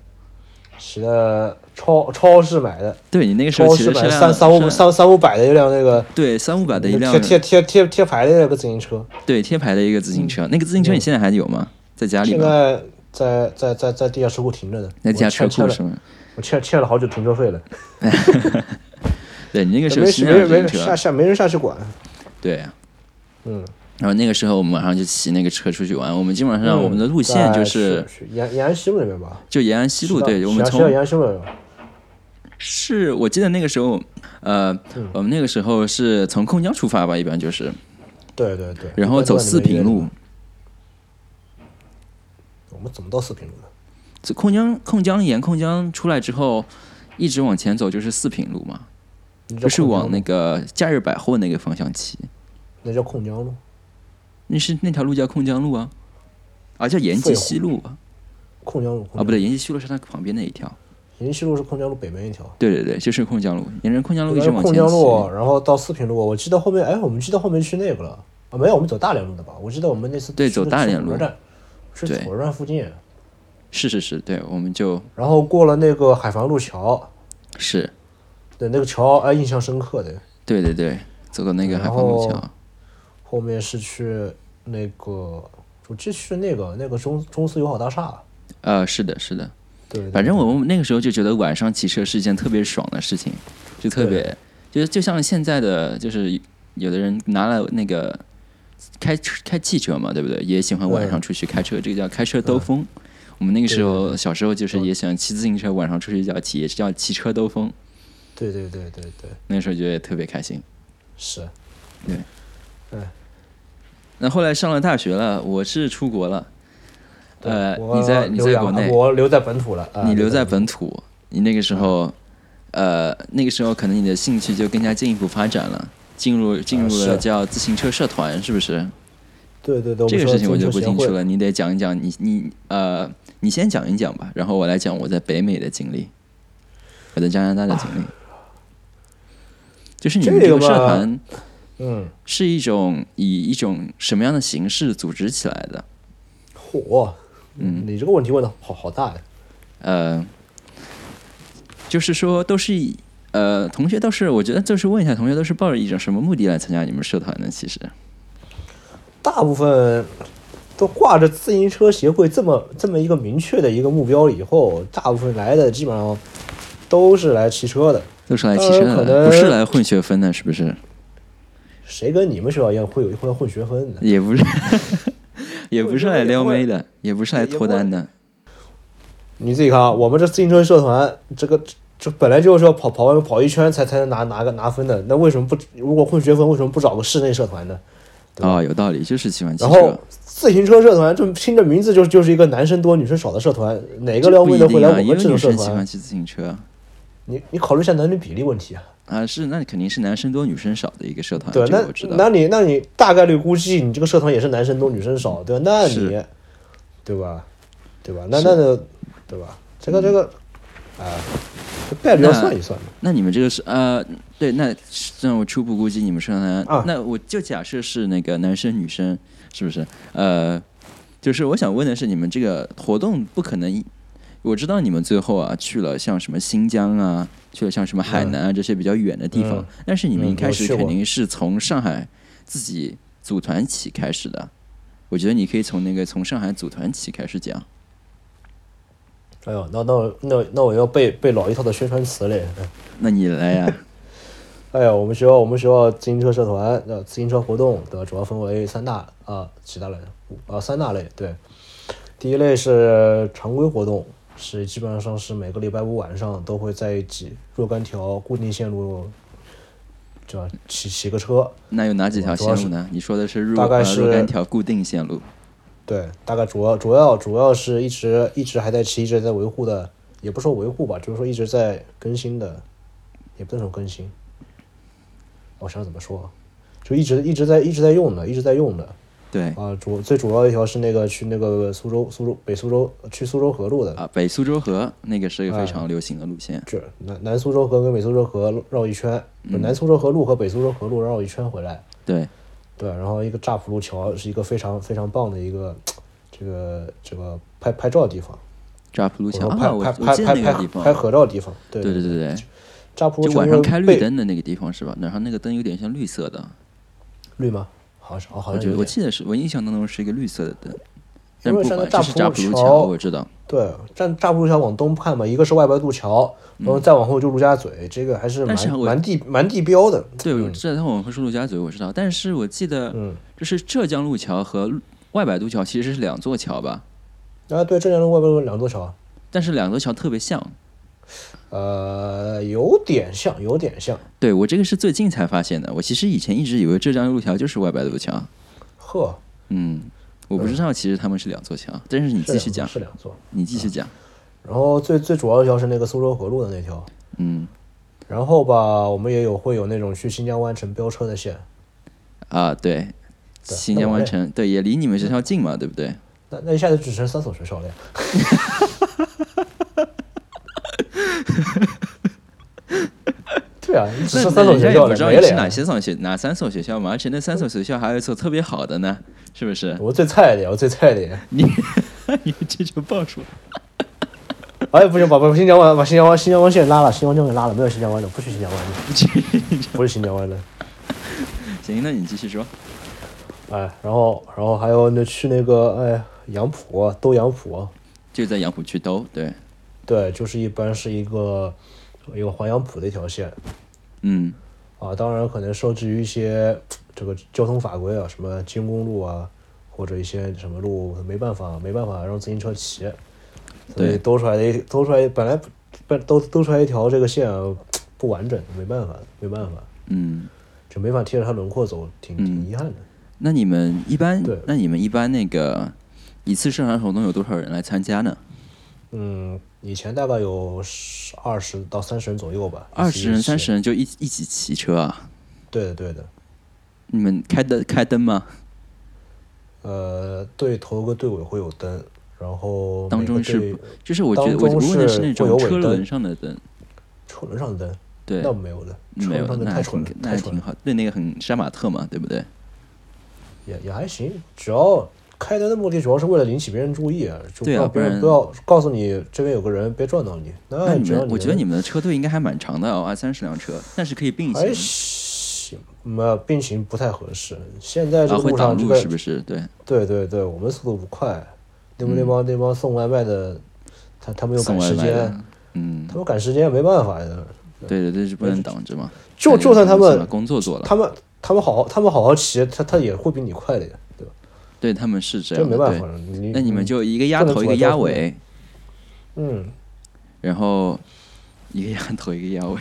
[SPEAKER 2] 骑的超超市买的，
[SPEAKER 1] 对你那个时候
[SPEAKER 2] 超
[SPEAKER 1] 骑
[SPEAKER 2] 市
[SPEAKER 1] 的是
[SPEAKER 2] 买的
[SPEAKER 1] 辆
[SPEAKER 2] 三三五
[SPEAKER 1] 是
[SPEAKER 2] 三三五百的一辆那个
[SPEAKER 1] 对，三五百的一辆
[SPEAKER 2] 贴贴贴贴贴牌的那个自行车，
[SPEAKER 1] 对贴牌的一个自行车，那个自行车你现在还有吗？在家里
[SPEAKER 2] 嗯现
[SPEAKER 1] 吗？
[SPEAKER 2] 在在在在在地下车库停着呢。
[SPEAKER 1] 在家车
[SPEAKER 2] 我欠
[SPEAKER 1] 库
[SPEAKER 2] 欠
[SPEAKER 1] 是
[SPEAKER 2] 了，
[SPEAKER 1] 吗？
[SPEAKER 2] 我欠欠了好久停车费了，
[SPEAKER 1] 对你那个时候
[SPEAKER 2] 没
[SPEAKER 1] 骑
[SPEAKER 2] 事
[SPEAKER 1] 那
[SPEAKER 2] 没
[SPEAKER 1] 辆
[SPEAKER 2] 人
[SPEAKER 1] 自
[SPEAKER 2] 没
[SPEAKER 1] 行
[SPEAKER 2] 人下
[SPEAKER 1] 车，啊
[SPEAKER 2] 下没人下去管。
[SPEAKER 1] 对。啊
[SPEAKER 2] 嗯，
[SPEAKER 1] 然后那个时候我们晚上就骑那个车出去玩，我们基本上我们
[SPEAKER 2] 嗯
[SPEAKER 1] 的路线就
[SPEAKER 2] 在
[SPEAKER 1] 是
[SPEAKER 2] 去延延安西路那边吧。
[SPEAKER 1] 就延安西路，对
[SPEAKER 2] 是
[SPEAKER 1] 我们
[SPEAKER 2] 是
[SPEAKER 1] 从
[SPEAKER 2] 是延安西路那边吧。
[SPEAKER 1] 是我记得那个时候，呃，
[SPEAKER 2] 嗯
[SPEAKER 1] 我们那个时候是从控江出发吧，一般就是，
[SPEAKER 2] 对对对。
[SPEAKER 1] 然后走四平路，，
[SPEAKER 2] 我们怎么到四平路了？
[SPEAKER 1] 走控江控江沿控江出来之后，一直往前走就是四平路嘛，
[SPEAKER 2] 那叫
[SPEAKER 1] 就是
[SPEAKER 2] 控江
[SPEAKER 1] 往那
[SPEAKER 2] 路
[SPEAKER 1] 个假日百货那个方向骑。
[SPEAKER 2] 那叫控江路，
[SPEAKER 1] 那是那条路叫控江路啊，啊叫延吉西路啊，
[SPEAKER 2] 控江路控江
[SPEAKER 1] 啊
[SPEAKER 2] 路
[SPEAKER 1] 不对，延吉西路是它旁边那一条。
[SPEAKER 2] 延安西路是控江路北边一条。
[SPEAKER 1] 对对对，就是控江路，沿着控江路一
[SPEAKER 2] 然
[SPEAKER 1] 直
[SPEAKER 2] 后
[SPEAKER 1] 往前
[SPEAKER 2] 控
[SPEAKER 1] 骑。
[SPEAKER 2] 江路，哦然后到四平路，我记得后面，哎，我们记得后面去那个了啊？没有，我们走大连路的吧？我记得我们那次
[SPEAKER 1] 对
[SPEAKER 2] 去的
[SPEAKER 1] 走大连
[SPEAKER 2] 是火车
[SPEAKER 1] 路
[SPEAKER 2] 站，是
[SPEAKER 1] 对
[SPEAKER 2] 火车站附近，
[SPEAKER 1] 是是是，对，我们就
[SPEAKER 2] 然后过了那个海防路桥，
[SPEAKER 1] 是
[SPEAKER 2] 对，那个桥哎，印象深刻的。
[SPEAKER 1] 对对对，走到那个海防路
[SPEAKER 2] 然
[SPEAKER 1] 桥，
[SPEAKER 2] 后面是去那个，我记得去那个那个中中斯友好大厦，
[SPEAKER 1] 呃，是的，是的，
[SPEAKER 2] 对，对
[SPEAKER 1] 反正我们那个时候就觉得晚上骑车是一件特别爽的事情，就特别，就就像现在的，就是有的人拿了那个开车开汽车嘛，对不对？也喜欢
[SPEAKER 2] 嗯
[SPEAKER 1] 晚上出去开车，这个叫开车兜风。我们那个时候小时候就是也喜欢骑自行车，晚上出去叫骑，也是叫骑车兜风。
[SPEAKER 2] 对对对对对，
[SPEAKER 1] 那时候觉得也特别开心。
[SPEAKER 2] 是
[SPEAKER 1] 那后来上了大学了，我是出国了，
[SPEAKER 2] 对
[SPEAKER 1] 呃，
[SPEAKER 2] 我
[SPEAKER 1] 你在你
[SPEAKER 2] 留
[SPEAKER 1] 在
[SPEAKER 2] 洋
[SPEAKER 1] 国
[SPEAKER 2] 了
[SPEAKER 1] 内，
[SPEAKER 2] 我留在本土了，啊
[SPEAKER 1] 你留在本土，你那个时候，呃，那个时候可能你的兴趣就更加进一步发展了，进入进入了
[SPEAKER 2] 啊是
[SPEAKER 1] 叫自行车社团，是不是？
[SPEAKER 2] 对对对，
[SPEAKER 1] 这个事情我就不清
[SPEAKER 2] 进
[SPEAKER 1] 楚
[SPEAKER 2] 去
[SPEAKER 1] 了，你得讲一讲你你呃，你先讲一讲吧，然后我来讲我在北美的经历，我在加拿大的经历。 就是你们
[SPEAKER 2] 啊这
[SPEAKER 1] 这
[SPEAKER 2] 个
[SPEAKER 1] 个社
[SPEAKER 2] 嘛
[SPEAKER 1] 团
[SPEAKER 2] 嗯，
[SPEAKER 1] 是一种以一种什么样的形式组织起来的？
[SPEAKER 2] 火，嗯，你这个问题问的好好大呀，
[SPEAKER 1] 呃，就是说都是以呃，同学都是，我觉得就是问一下，同学都是抱着一种什么目的来参加你们社团的？其实
[SPEAKER 2] 大部分都挂着自行车协会这么这么一个明确的一个目标以后，大部分来的基本上都是来骑车的。
[SPEAKER 1] 都是来骑车
[SPEAKER 2] 当然可
[SPEAKER 1] 的，
[SPEAKER 2] 能
[SPEAKER 1] 不是来混学分的，是不是？
[SPEAKER 2] 谁跟你们学校一样会有会混学分的？
[SPEAKER 1] 也不是，也不是来撩
[SPEAKER 2] 混
[SPEAKER 1] 妹
[SPEAKER 2] 学
[SPEAKER 1] 的，也不是来
[SPEAKER 2] 也
[SPEAKER 1] 脱单的。
[SPEAKER 2] 你自己看啊，我们这自行车社团，这个这本来就是要跑跑完跑一圈才才能拿拿个拿分的，那为什么不如果混学分，为什么不找个室内社团呢？对
[SPEAKER 1] 哦，有道理，就是喜欢骑
[SPEAKER 2] 然后
[SPEAKER 1] 车，
[SPEAKER 2] 自行车社团，这听着名字就就是一个男生多女生少的社团，哪个
[SPEAKER 1] 这
[SPEAKER 2] 撩
[SPEAKER 1] 不
[SPEAKER 2] 妹
[SPEAKER 1] 一
[SPEAKER 2] 的会
[SPEAKER 1] 定
[SPEAKER 2] 来
[SPEAKER 1] 啊，
[SPEAKER 2] 我
[SPEAKER 1] 也有
[SPEAKER 2] 们这
[SPEAKER 1] 女
[SPEAKER 2] 种社
[SPEAKER 1] 生喜欢
[SPEAKER 2] 团？
[SPEAKER 1] 骑自行车
[SPEAKER 2] 你你考虑一下男女比例问题啊。
[SPEAKER 1] 啊，是那肯定是男生多女生少的一个社团，
[SPEAKER 2] 对，
[SPEAKER 1] 啊这
[SPEAKER 2] 那
[SPEAKER 1] 个我知道。
[SPEAKER 2] 那你那你大概率估计你这个社团也是男生多女生少，对吧？那你
[SPEAKER 1] 是，
[SPEAKER 2] 对吧？对吧？那
[SPEAKER 1] 是
[SPEAKER 2] 那那，对吧？这个这个，啊、这概率要
[SPEAKER 1] 那
[SPEAKER 2] 算一算的。
[SPEAKER 1] 那你们这个是呃，对，那是让我初步估计你们社团，
[SPEAKER 2] 啊
[SPEAKER 1] 那我就假设是那个男生女生，是不是？呃，就是我想问的是，你们这个活动不可能一，我知道你们最后啊去了像什么新疆啊，去了像什么海南啊、这些比较远的地方，
[SPEAKER 2] 嗯
[SPEAKER 1] 但是你们
[SPEAKER 2] 嗯
[SPEAKER 1] 一开始
[SPEAKER 2] 我去过
[SPEAKER 1] 肯定是从上海自己组团起开始的。我觉得你可以从那个从上海组团起开始讲，
[SPEAKER 2] 哎呦，那那那那我要背背老一套的宣传词嘞。
[SPEAKER 1] 那你来啊呀、
[SPEAKER 2] 哎呀，我们学校我们学校自行车社团呃自行车活动对吧？主要分为三大啊、几大类啊、三大类对。第一类是常规活动，是基本上是每个礼拜五晚上都会在几若干条固定线路，对吧？骑骑个车，
[SPEAKER 1] 那有哪几条
[SPEAKER 2] 主要
[SPEAKER 1] 线
[SPEAKER 2] 是
[SPEAKER 1] 路呢？你说的是若
[SPEAKER 2] 大概
[SPEAKER 1] 呃
[SPEAKER 2] 是
[SPEAKER 1] 若干条固定线路，
[SPEAKER 2] 对，大概主要主要主要是一直一直还在骑，一直在维护的，也不说维护吧，就是说一直在更新的，也不能说更新，我想怎么说啊，就一直一直在一直在用的，一直在用的
[SPEAKER 1] 对。
[SPEAKER 2] 啊。主最主要的一条是那个去那个苏州苏州北苏州去苏州河路的，
[SPEAKER 1] 啊，北苏州河那个是一个非
[SPEAKER 2] 哎
[SPEAKER 1] 常流行的路线，
[SPEAKER 2] 这南南苏州河跟北苏州河绕一圈，不南苏州河路和北苏州河路绕一圈回来，
[SPEAKER 1] 对，
[SPEAKER 2] 对，然后一个乍浦路桥是一个非常非常棒的一个这个这个拍拍照的地方。
[SPEAKER 1] 乍浦路桥
[SPEAKER 2] 然后拍
[SPEAKER 1] 啊，我
[SPEAKER 2] 拍
[SPEAKER 1] 我
[SPEAKER 2] 拍
[SPEAKER 1] 记
[SPEAKER 2] 拍
[SPEAKER 1] 得那
[SPEAKER 2] 拍
[SPEAKER 1] 个地
[SPEAKER 2] 拍
[SPEAKER 1] 方，
[SPEAKER 2] 合照的地方，对
[SPEAKER 1] 对
[SPEAKER 2] 对
[SPEAKER 1] 对对对，
[SPEAKER 2] 乍浦
[SPEAKER 1] 就
[SPEAKER 2] 路
[SPEAKER 1] 晚上开绿
[SPEAKER 2] 被
[SPEAKER 1] 灯的那个地方是吧？然后那个灯有点像绿色的，
[SPEAKER 2] 绿吗？好像哦好
[SPEAKER 1] 我
[SPEAKER 2] 像
[SPEAKER 1] 觉
[SPEAKER 2] 啊有
[SPEAKER 1] 得我
[SPEAKER 2] 点。
[SPEAKER 1] 记得是我印象当中是一个绿色的灯，但
[SPEAKER 2] 因为
[SPEAKER 1] 不
[SPEAKER 2] 像那
[SPEAKER 1] 管，这是乍
[SPEAKER 2] 乍浦
[SPEAKER 1] 浦
[SPEAKER 2] 路
[SPEAKER 1] 路
[SPEAKER 2] 桥嗯
[SPEAKER 1] 桥，我知道，
[SPEAKER 2] 对，站乍浦路桥往东看嘛，一个是外白渡桥，然后再往后就陆家嘴，这个还是
[SPEAKER 1] 嗯但
[SPEAKER 2] 蛮
[SPEAKER 1] 是我
[SPEAKER 2] 蛮地蛮地标的。
[SPEAKER 1] 对，我知道它往回是陆家嘴，我知道，但是我记得
[SPEAKER 2] 嗯，
[SPEAKER 1] 就是浙江路桥和外白渡桥其实是两座桥吧，
[SPEAKER 2] 啊，对，浙江的外白渡两座桥，
[SPEAKER 1] 但是两座桥特别像，
[SPEAKER 2] 呃，有点像，有点像。
[SPEAKER 1] 对我这个是最近才发现的，我其实以前一直以为浙江路桥就是外白渡桥，
[SPEAKER 2] 呵，
[SPEAKER 1] 嗯，我不知道其实他们是两座桥，但是你
[SPEAKER 2] 呃
[SPEAKER 1] 继续
[SPEAKER 2] 是两座
[SPEAKER 1] 讲。
[SPEAKER 2] 是啊两座。
[SPEAKER 1] 你继续讲。
[SPEAKER 2] 然后最最主要的一条是那个苏州河路的那条，
[SPEAKER 1] 嗯
[SPEAKER 2] 然后吧，我们也有会有那种去新疆湾城飙车的线，
[SPEAKER 1] 啊，对，
[SPEAKER 2] 对
[SPEAKER 1] 新疆
[SPEAKER 2] 那我
[SPEAKER 1] 湾
[SPEAKER 2] 也
[SPEAKER 1] 城，对，也离你们学校近嘛，对不对？
[SPEAKER 2] 那那一下就只剩三所学校了呀。 对啊，只剩
[SPEAKER 1] 那
[SPEAKER 2] 三所
[SPEAKER 1] 人家
[SPEAKER 2] 学
[SPEAKER 1] 也
[SPEAKER 2] 校
[SPEAKER 1] 不
[SPEAKER 2] 了，
[SPEAKER 1] 知道
[SPEAKER 2] 没
[SPEAKER 1] 你
[SPEAKER 2] 了
[SPEAKER 1] 是哪
[SPEAKER 2] 呀。
[SPEAKER 1] 些所学哪三所学校嘛，而且那三所学校还有一所特别好的呢， 是不是？
[SPEAKER 2] 我最菜的呀，我最菜的呀。
[SPEAKER 1] 你 你这就爆出来。
[SPEAKER 2] 哎，不行，把把新疆湾，把新疆湾，新疆湾线拉了，新疆湾线拉了，没有新疆湾的，不去新疆湾的，不是新疆湾的。
[SPEAKER 1] 行，那你继续说。
[SPEAKER 2] 哎，然后，然后还有那去那个哎杨浦，都杨浦，啊
[SPEAKER 1] 就在杨浦区兜，对，
[SPEAKER 2] 对，就是一般是一个一个环杨浦的一条线，
[SPEAKER 1] 嗯，
[SPEAKER 2] 啊，当然可能受制于一些这个交通法规啊，什么京公路啊，或者一些什么路没办法没办法让自行车骑，所
[SPEAKER 1] 对
[SPEAKER 2] 以兜出来的一兜出来本来本兜兜出来一条这个线啊不完整，没办法没办法，
[SPEAKER 1] 嗯，
[SPEAKER 2] 就没法贴着它轮廓走，挺挺遗憾的。
[SPEAKER 1] 那你们一般
[SPEAKER 2] 对，
[SPEAKER 1] 那你们一般那个一次社团活动有多少人来参加呢？
[SPEAKER 2] 嗯，以前大概有十二十到三十人左右吧，一
[SPEAKER 1] 二
[SPEAKER 2] 起
[SPEAKER 1] 十人、
[SPEAKER 2] 骑
[SPEAKER 1] 三十，人就一一起骑车啊？
[SPEAKER 2] 对的对的。
[SPEAKER 1] 你们开灯开灯吗？
[SPEAKER 2] 呃，队头跟队尾会有灯，然后
[SPEAKER 1] 当
[SPEAKER 2] 每个
[SPEAKER 1] 中是
[SPEAKER 2] 队
[SPEAKER 1] 不就是我觉得我
[SPEAKER 2] 当
[SPEAKER 1] 我
[SPEAKER 2] 中
[SPEAKER 1] 问的是
[SPEAKER 2] 是
[SPEAKER 1] 那种
[SPEAKER 2] 会有尾
[SPEAKER 1] 车轮
[SPEAKER 2] 灯
[SPEAKER 1] 上的灯，
[SPEAKER 2] 车轮上的灯，
[SPEAKER 1] 对，
[SPEAKER 2] 那没有的，车
[SPEAKER 1] 没
[SPEAKER 2] 轮
[SPEAKER 1] 有
[SPEAKER 2] 上，的
[SPEAKER 1] 那
[SPEAKER 2] 太
[SPEAKER 1] 还
[SPEAKER 2] 蠢
[SPEAKER 1] 挺
[SPEAKER 2] 了，
[SPEAKER 1] 那
[SPEAKER 2] 太
[SPEAKER 1] 还
[SPEAKER 2] 蠢
[SPEAKER 1] 挺
[SPEAKER 2] 了。哎
[SPEAKER 1] 好。对，那个很杀马特嘛，对不对？
[SPEAKER 2] 也也还行，只要开灯的目的主要是为了引起别人注意啊，就不
[SPEAKER 1] 对啊
[SPEAKER 2] 要别人
[SPEAKER 1] 不
[SPEAKER 2] 不
[SPEAKER 1] 然
[SPEAKER 2] 要告诉你这边有个人，别撞到你。
[SPEAKER 1] 那
[SPEAKER 2] 那
[SPEAKER 1] 你
[SPEAKER 2] 只要
[SPEAKER 1] 们，我觉得
[SPEAKER 2] 能
[SPEAKER 1] 你们的车队应该还蛮长的哦，啊，三十辆车，但是可以并
[SPEAKER 2] 还
[SPEAKER 1] 行。
[SPEAKER 2] 行情没有病情不太合适。现在这
[SPEAKER 1] 啊，
[SPEAKER 2] 个
[SPEAKER 1] 会
[SPEAKER 2] 路
[SPEAKER 1] 挡
[SPEAKER 2] 上这
[SPEAKER 1] 路
[SPEAKER 2] 个、
[SPEAKER 1] 是不是？对，
[SPEAKER 2] 对对对，我们速度不快，那么那
[SPEAKER 1] 嗯
[SPEAKER 2] 帮、那帮送外卖的，他他们又
[SPEAKER 1] 送
[SPEAKER 2] 赶
[SPEAKER 1] 外
[SPEAKER 2] 时
[SPEAKER 1] 卖
[SPEAKER 2] 间，
[SPEAKER 1] 的，嗯
[SPEAKER 2] 他，们赶时间也没办法呀。
[SPEAKER 1] 对对对，是不能挡着嘛。
[SPEAKER 2] 就
[SPEAKER 1] 但是
[SPEAKER 2] 就算他
[SPEAKER 1] 起码
[SPEAKER 2] 们
[SPEAKER 1] 工作做了，
[SPEAKER 2] 他们他们好好他们好好骑，他他也会比你快的呀，对吧？
[SPEAKER 1] 对他们是这
[SPEAKER 2] 这
[SPEAKER 1] 样
[SPEAKER 2] 没
[SPEAKER 1] 的，
[SPEAKER 2] 办法
[SPEAKER 1] 对。
[SPEAKER 2] 了。你
[SPEAKER 1] 那你们就一个压
[SPEAKER 2] 不能
[SPEAKER 1] 头一
[SPEAKER 2] 阻
[SPEAKER 1] 个
[SPEAKER 2] 碍交
[SPEAKER 1] 压
[SPEAKER 2] 通
[SPEAKER 1] 尾，
[SPEAKER 2] 嗯
[SPEAKER 1] 然后一个压头一个压尾，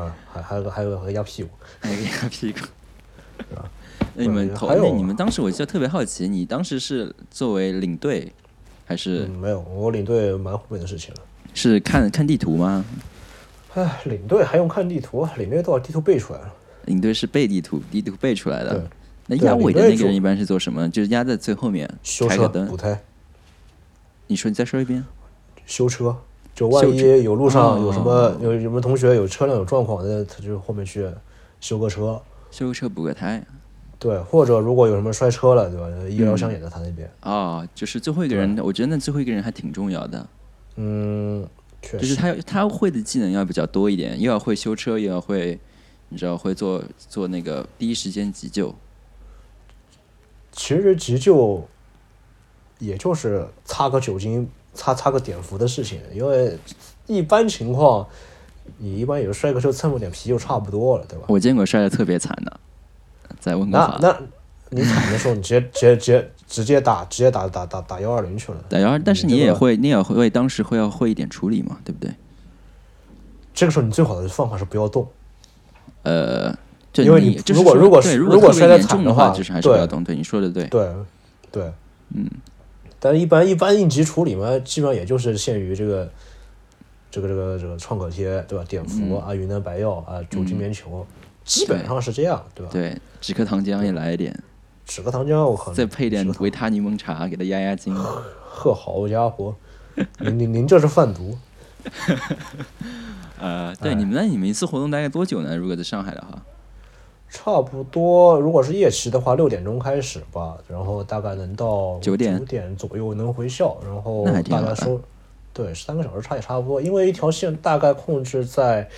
[SPEAKER 2] 啊，还还有个还有个还有个压屁股，
[SPEAKER 1] 还有一个压屁 股。那你们
[SPEAKER 2] 嗯
[SPEAKER 1] 头，
[SPEAKER 2] 还有
[SPEAKER 1] 那你们当时我记得特别好奇，你当时是作为领队，还是
[SPEAKER 2] 嗯，没有，我领队蛮后面的事情了。
[SPEAKER 1] 是看看地图吗？
[SPEAKER 2] 唉，领队还用看地图？啊领队都把地图背出来了。
[SPEAKER 1] 领队是背地图，地图背出来
[SPEAKER 2] 对
[SPEAKER 1] 的。，那
[SPEAKER 2] 对啊
[SPEAKER 1] 压
[SPEAKER 2] 领
[SPEAKER 1] 尾的
[SPEAKER 2] 队
[SPEAKER 1] 那个人
[SPEAKER 2] 主
[SPEAKER 1] 一般是做什么？就是压在最后面，
[SPEAKER 2] 修
[SPEAKER 1] 开个
[SPEAKER 2] 车
[SPEAKER 1] 灯
[SPEAKER 2] 补。胎，
[SPEAKER 1] 你说你再说一遍。
[SPEAKER 2] 修车。就万一
[SPEAKER 1] 修车
[SPEAKER 2] 有路上有什么、
[SPEAKER 1] 哦
[SPEAKER 2] 有有什么同学有车辆有状况，那他就后面去修个车。
[SPEAKER 1] 修个车补个胎
[SPEAKER 2] 对，或者如果有什么摔车了，对吧？医
[SPEAKER 1] 嗯
[SPEAKER 2] 疗箱也在他那边。
[SPEAKER 1] 哦，就是最后一个人，我觉得那最后一个人还挺重要的，
[SPEAKER 2] 嗯，确
[SPEAKER 1] 就是
[SPEAKER 2] 实，
[SPEAKER 1] 他他会的技能要比较多一点，又要会修车，又要会，你知道会做做那个第一时间急救，
[SPEAKER 2] 其实急救也就是擦个酒精、擦擦个碘伏的事情，因为一般情况，你一般有摔个车蹭破点皮就差不多了，对吧？
[SPEAKER 1] 我见过摔得特别惨的，在温哥
[SPEAKER 2] 那
[SPEAKER 1] 华
[SPEAKER 2] 那你惨的时候，你直接直接直接直接打直接打打打打幺二零去了。
[SPEAKER 1] 对，然后但是
[SPEAKER 2] 嗯
[SPEAKER 1] 你
[SPEAKER 2] 这
[SPEAKER 1] 也
[SPEAKER 2] 个
[SPEAKER 1] 会，你也会当时会要会一点处理嘛，对不对？
[SPEAKER 2] 这个时候你最好的方法是不要动。
[SPEAKER 1] 呃，就
[SPEAKER 2] 因为你
[SPEAKER 1] 就是
[SPEAKER 2] 如果
[SPEAKER 1] 说
[SPEAKER 2] 如果
[SPEAKER 1] 对
[SPEAKER 2] 是
[SPEAKER 1] 如
[SPEAKER 2] 如果
[SPEAKER 1] 特
[SPEAKER 2] 摔
[SPEAKER 1] 别
[SPEAKER 2] 得
[SPEAKER 1] 严
[SPEAKER 2] 惨
[SPEAKER 1] 重
[SPEAKER 2] 的
[SPEAKER 1] 话，
[SPEAKER 2] 话
[SPEAKER 1] 就是还是不
[SPEAKER 2] 对
[SPEAKER 1] 要动。对，你说的对，
[SPEAKER 2] 对，对，
[SPEAKER 1] 嗯，
[SPEAKER 2] 但一般一般应急处理嘛，基本上也就是限于这个这个这个这个创可贴，对吧？碘
[SPEAKER 1] 嗯
[SPEAKER 2] 伏、啊，云南白药啊，酒精棉球，基本上是这样，对吧？
[SPEAKER 1] 对，止咳糖浆也来一点，
[SPEAKER 2] 止咳糖浆，我靠，
[SPEAKER 1] 再配点
[SPEAKER 2] 止咳
[SPEAKER 1] 维他柠檬茶给它压压惊。
[SPEAKER 2] 呵，好家伙， 您您您这是贩毒。
[SPEAKER 1] 呃，对，你们那
[SPEAKER 2] 哎
[SPEAKER 1] 你们一次活动大概多久呢？如果在上海的话，
[SPEAKER 2] 差不多，如果是夜骑的话，六点钟开始吧，然后大概能到
[SPEAKER 1] 九点
[SPEAKER 2] 九点左右能回校，然后
[SPEAKER 1] 那还挺
[SPEAKER 2] 大
[SPEAKER 1] 好
[SPEAKER 2] 家
[SPEAKER 1] 的
[SPEAKER 2] 收，对，三个小时差也差不多，因为一条线大概控制在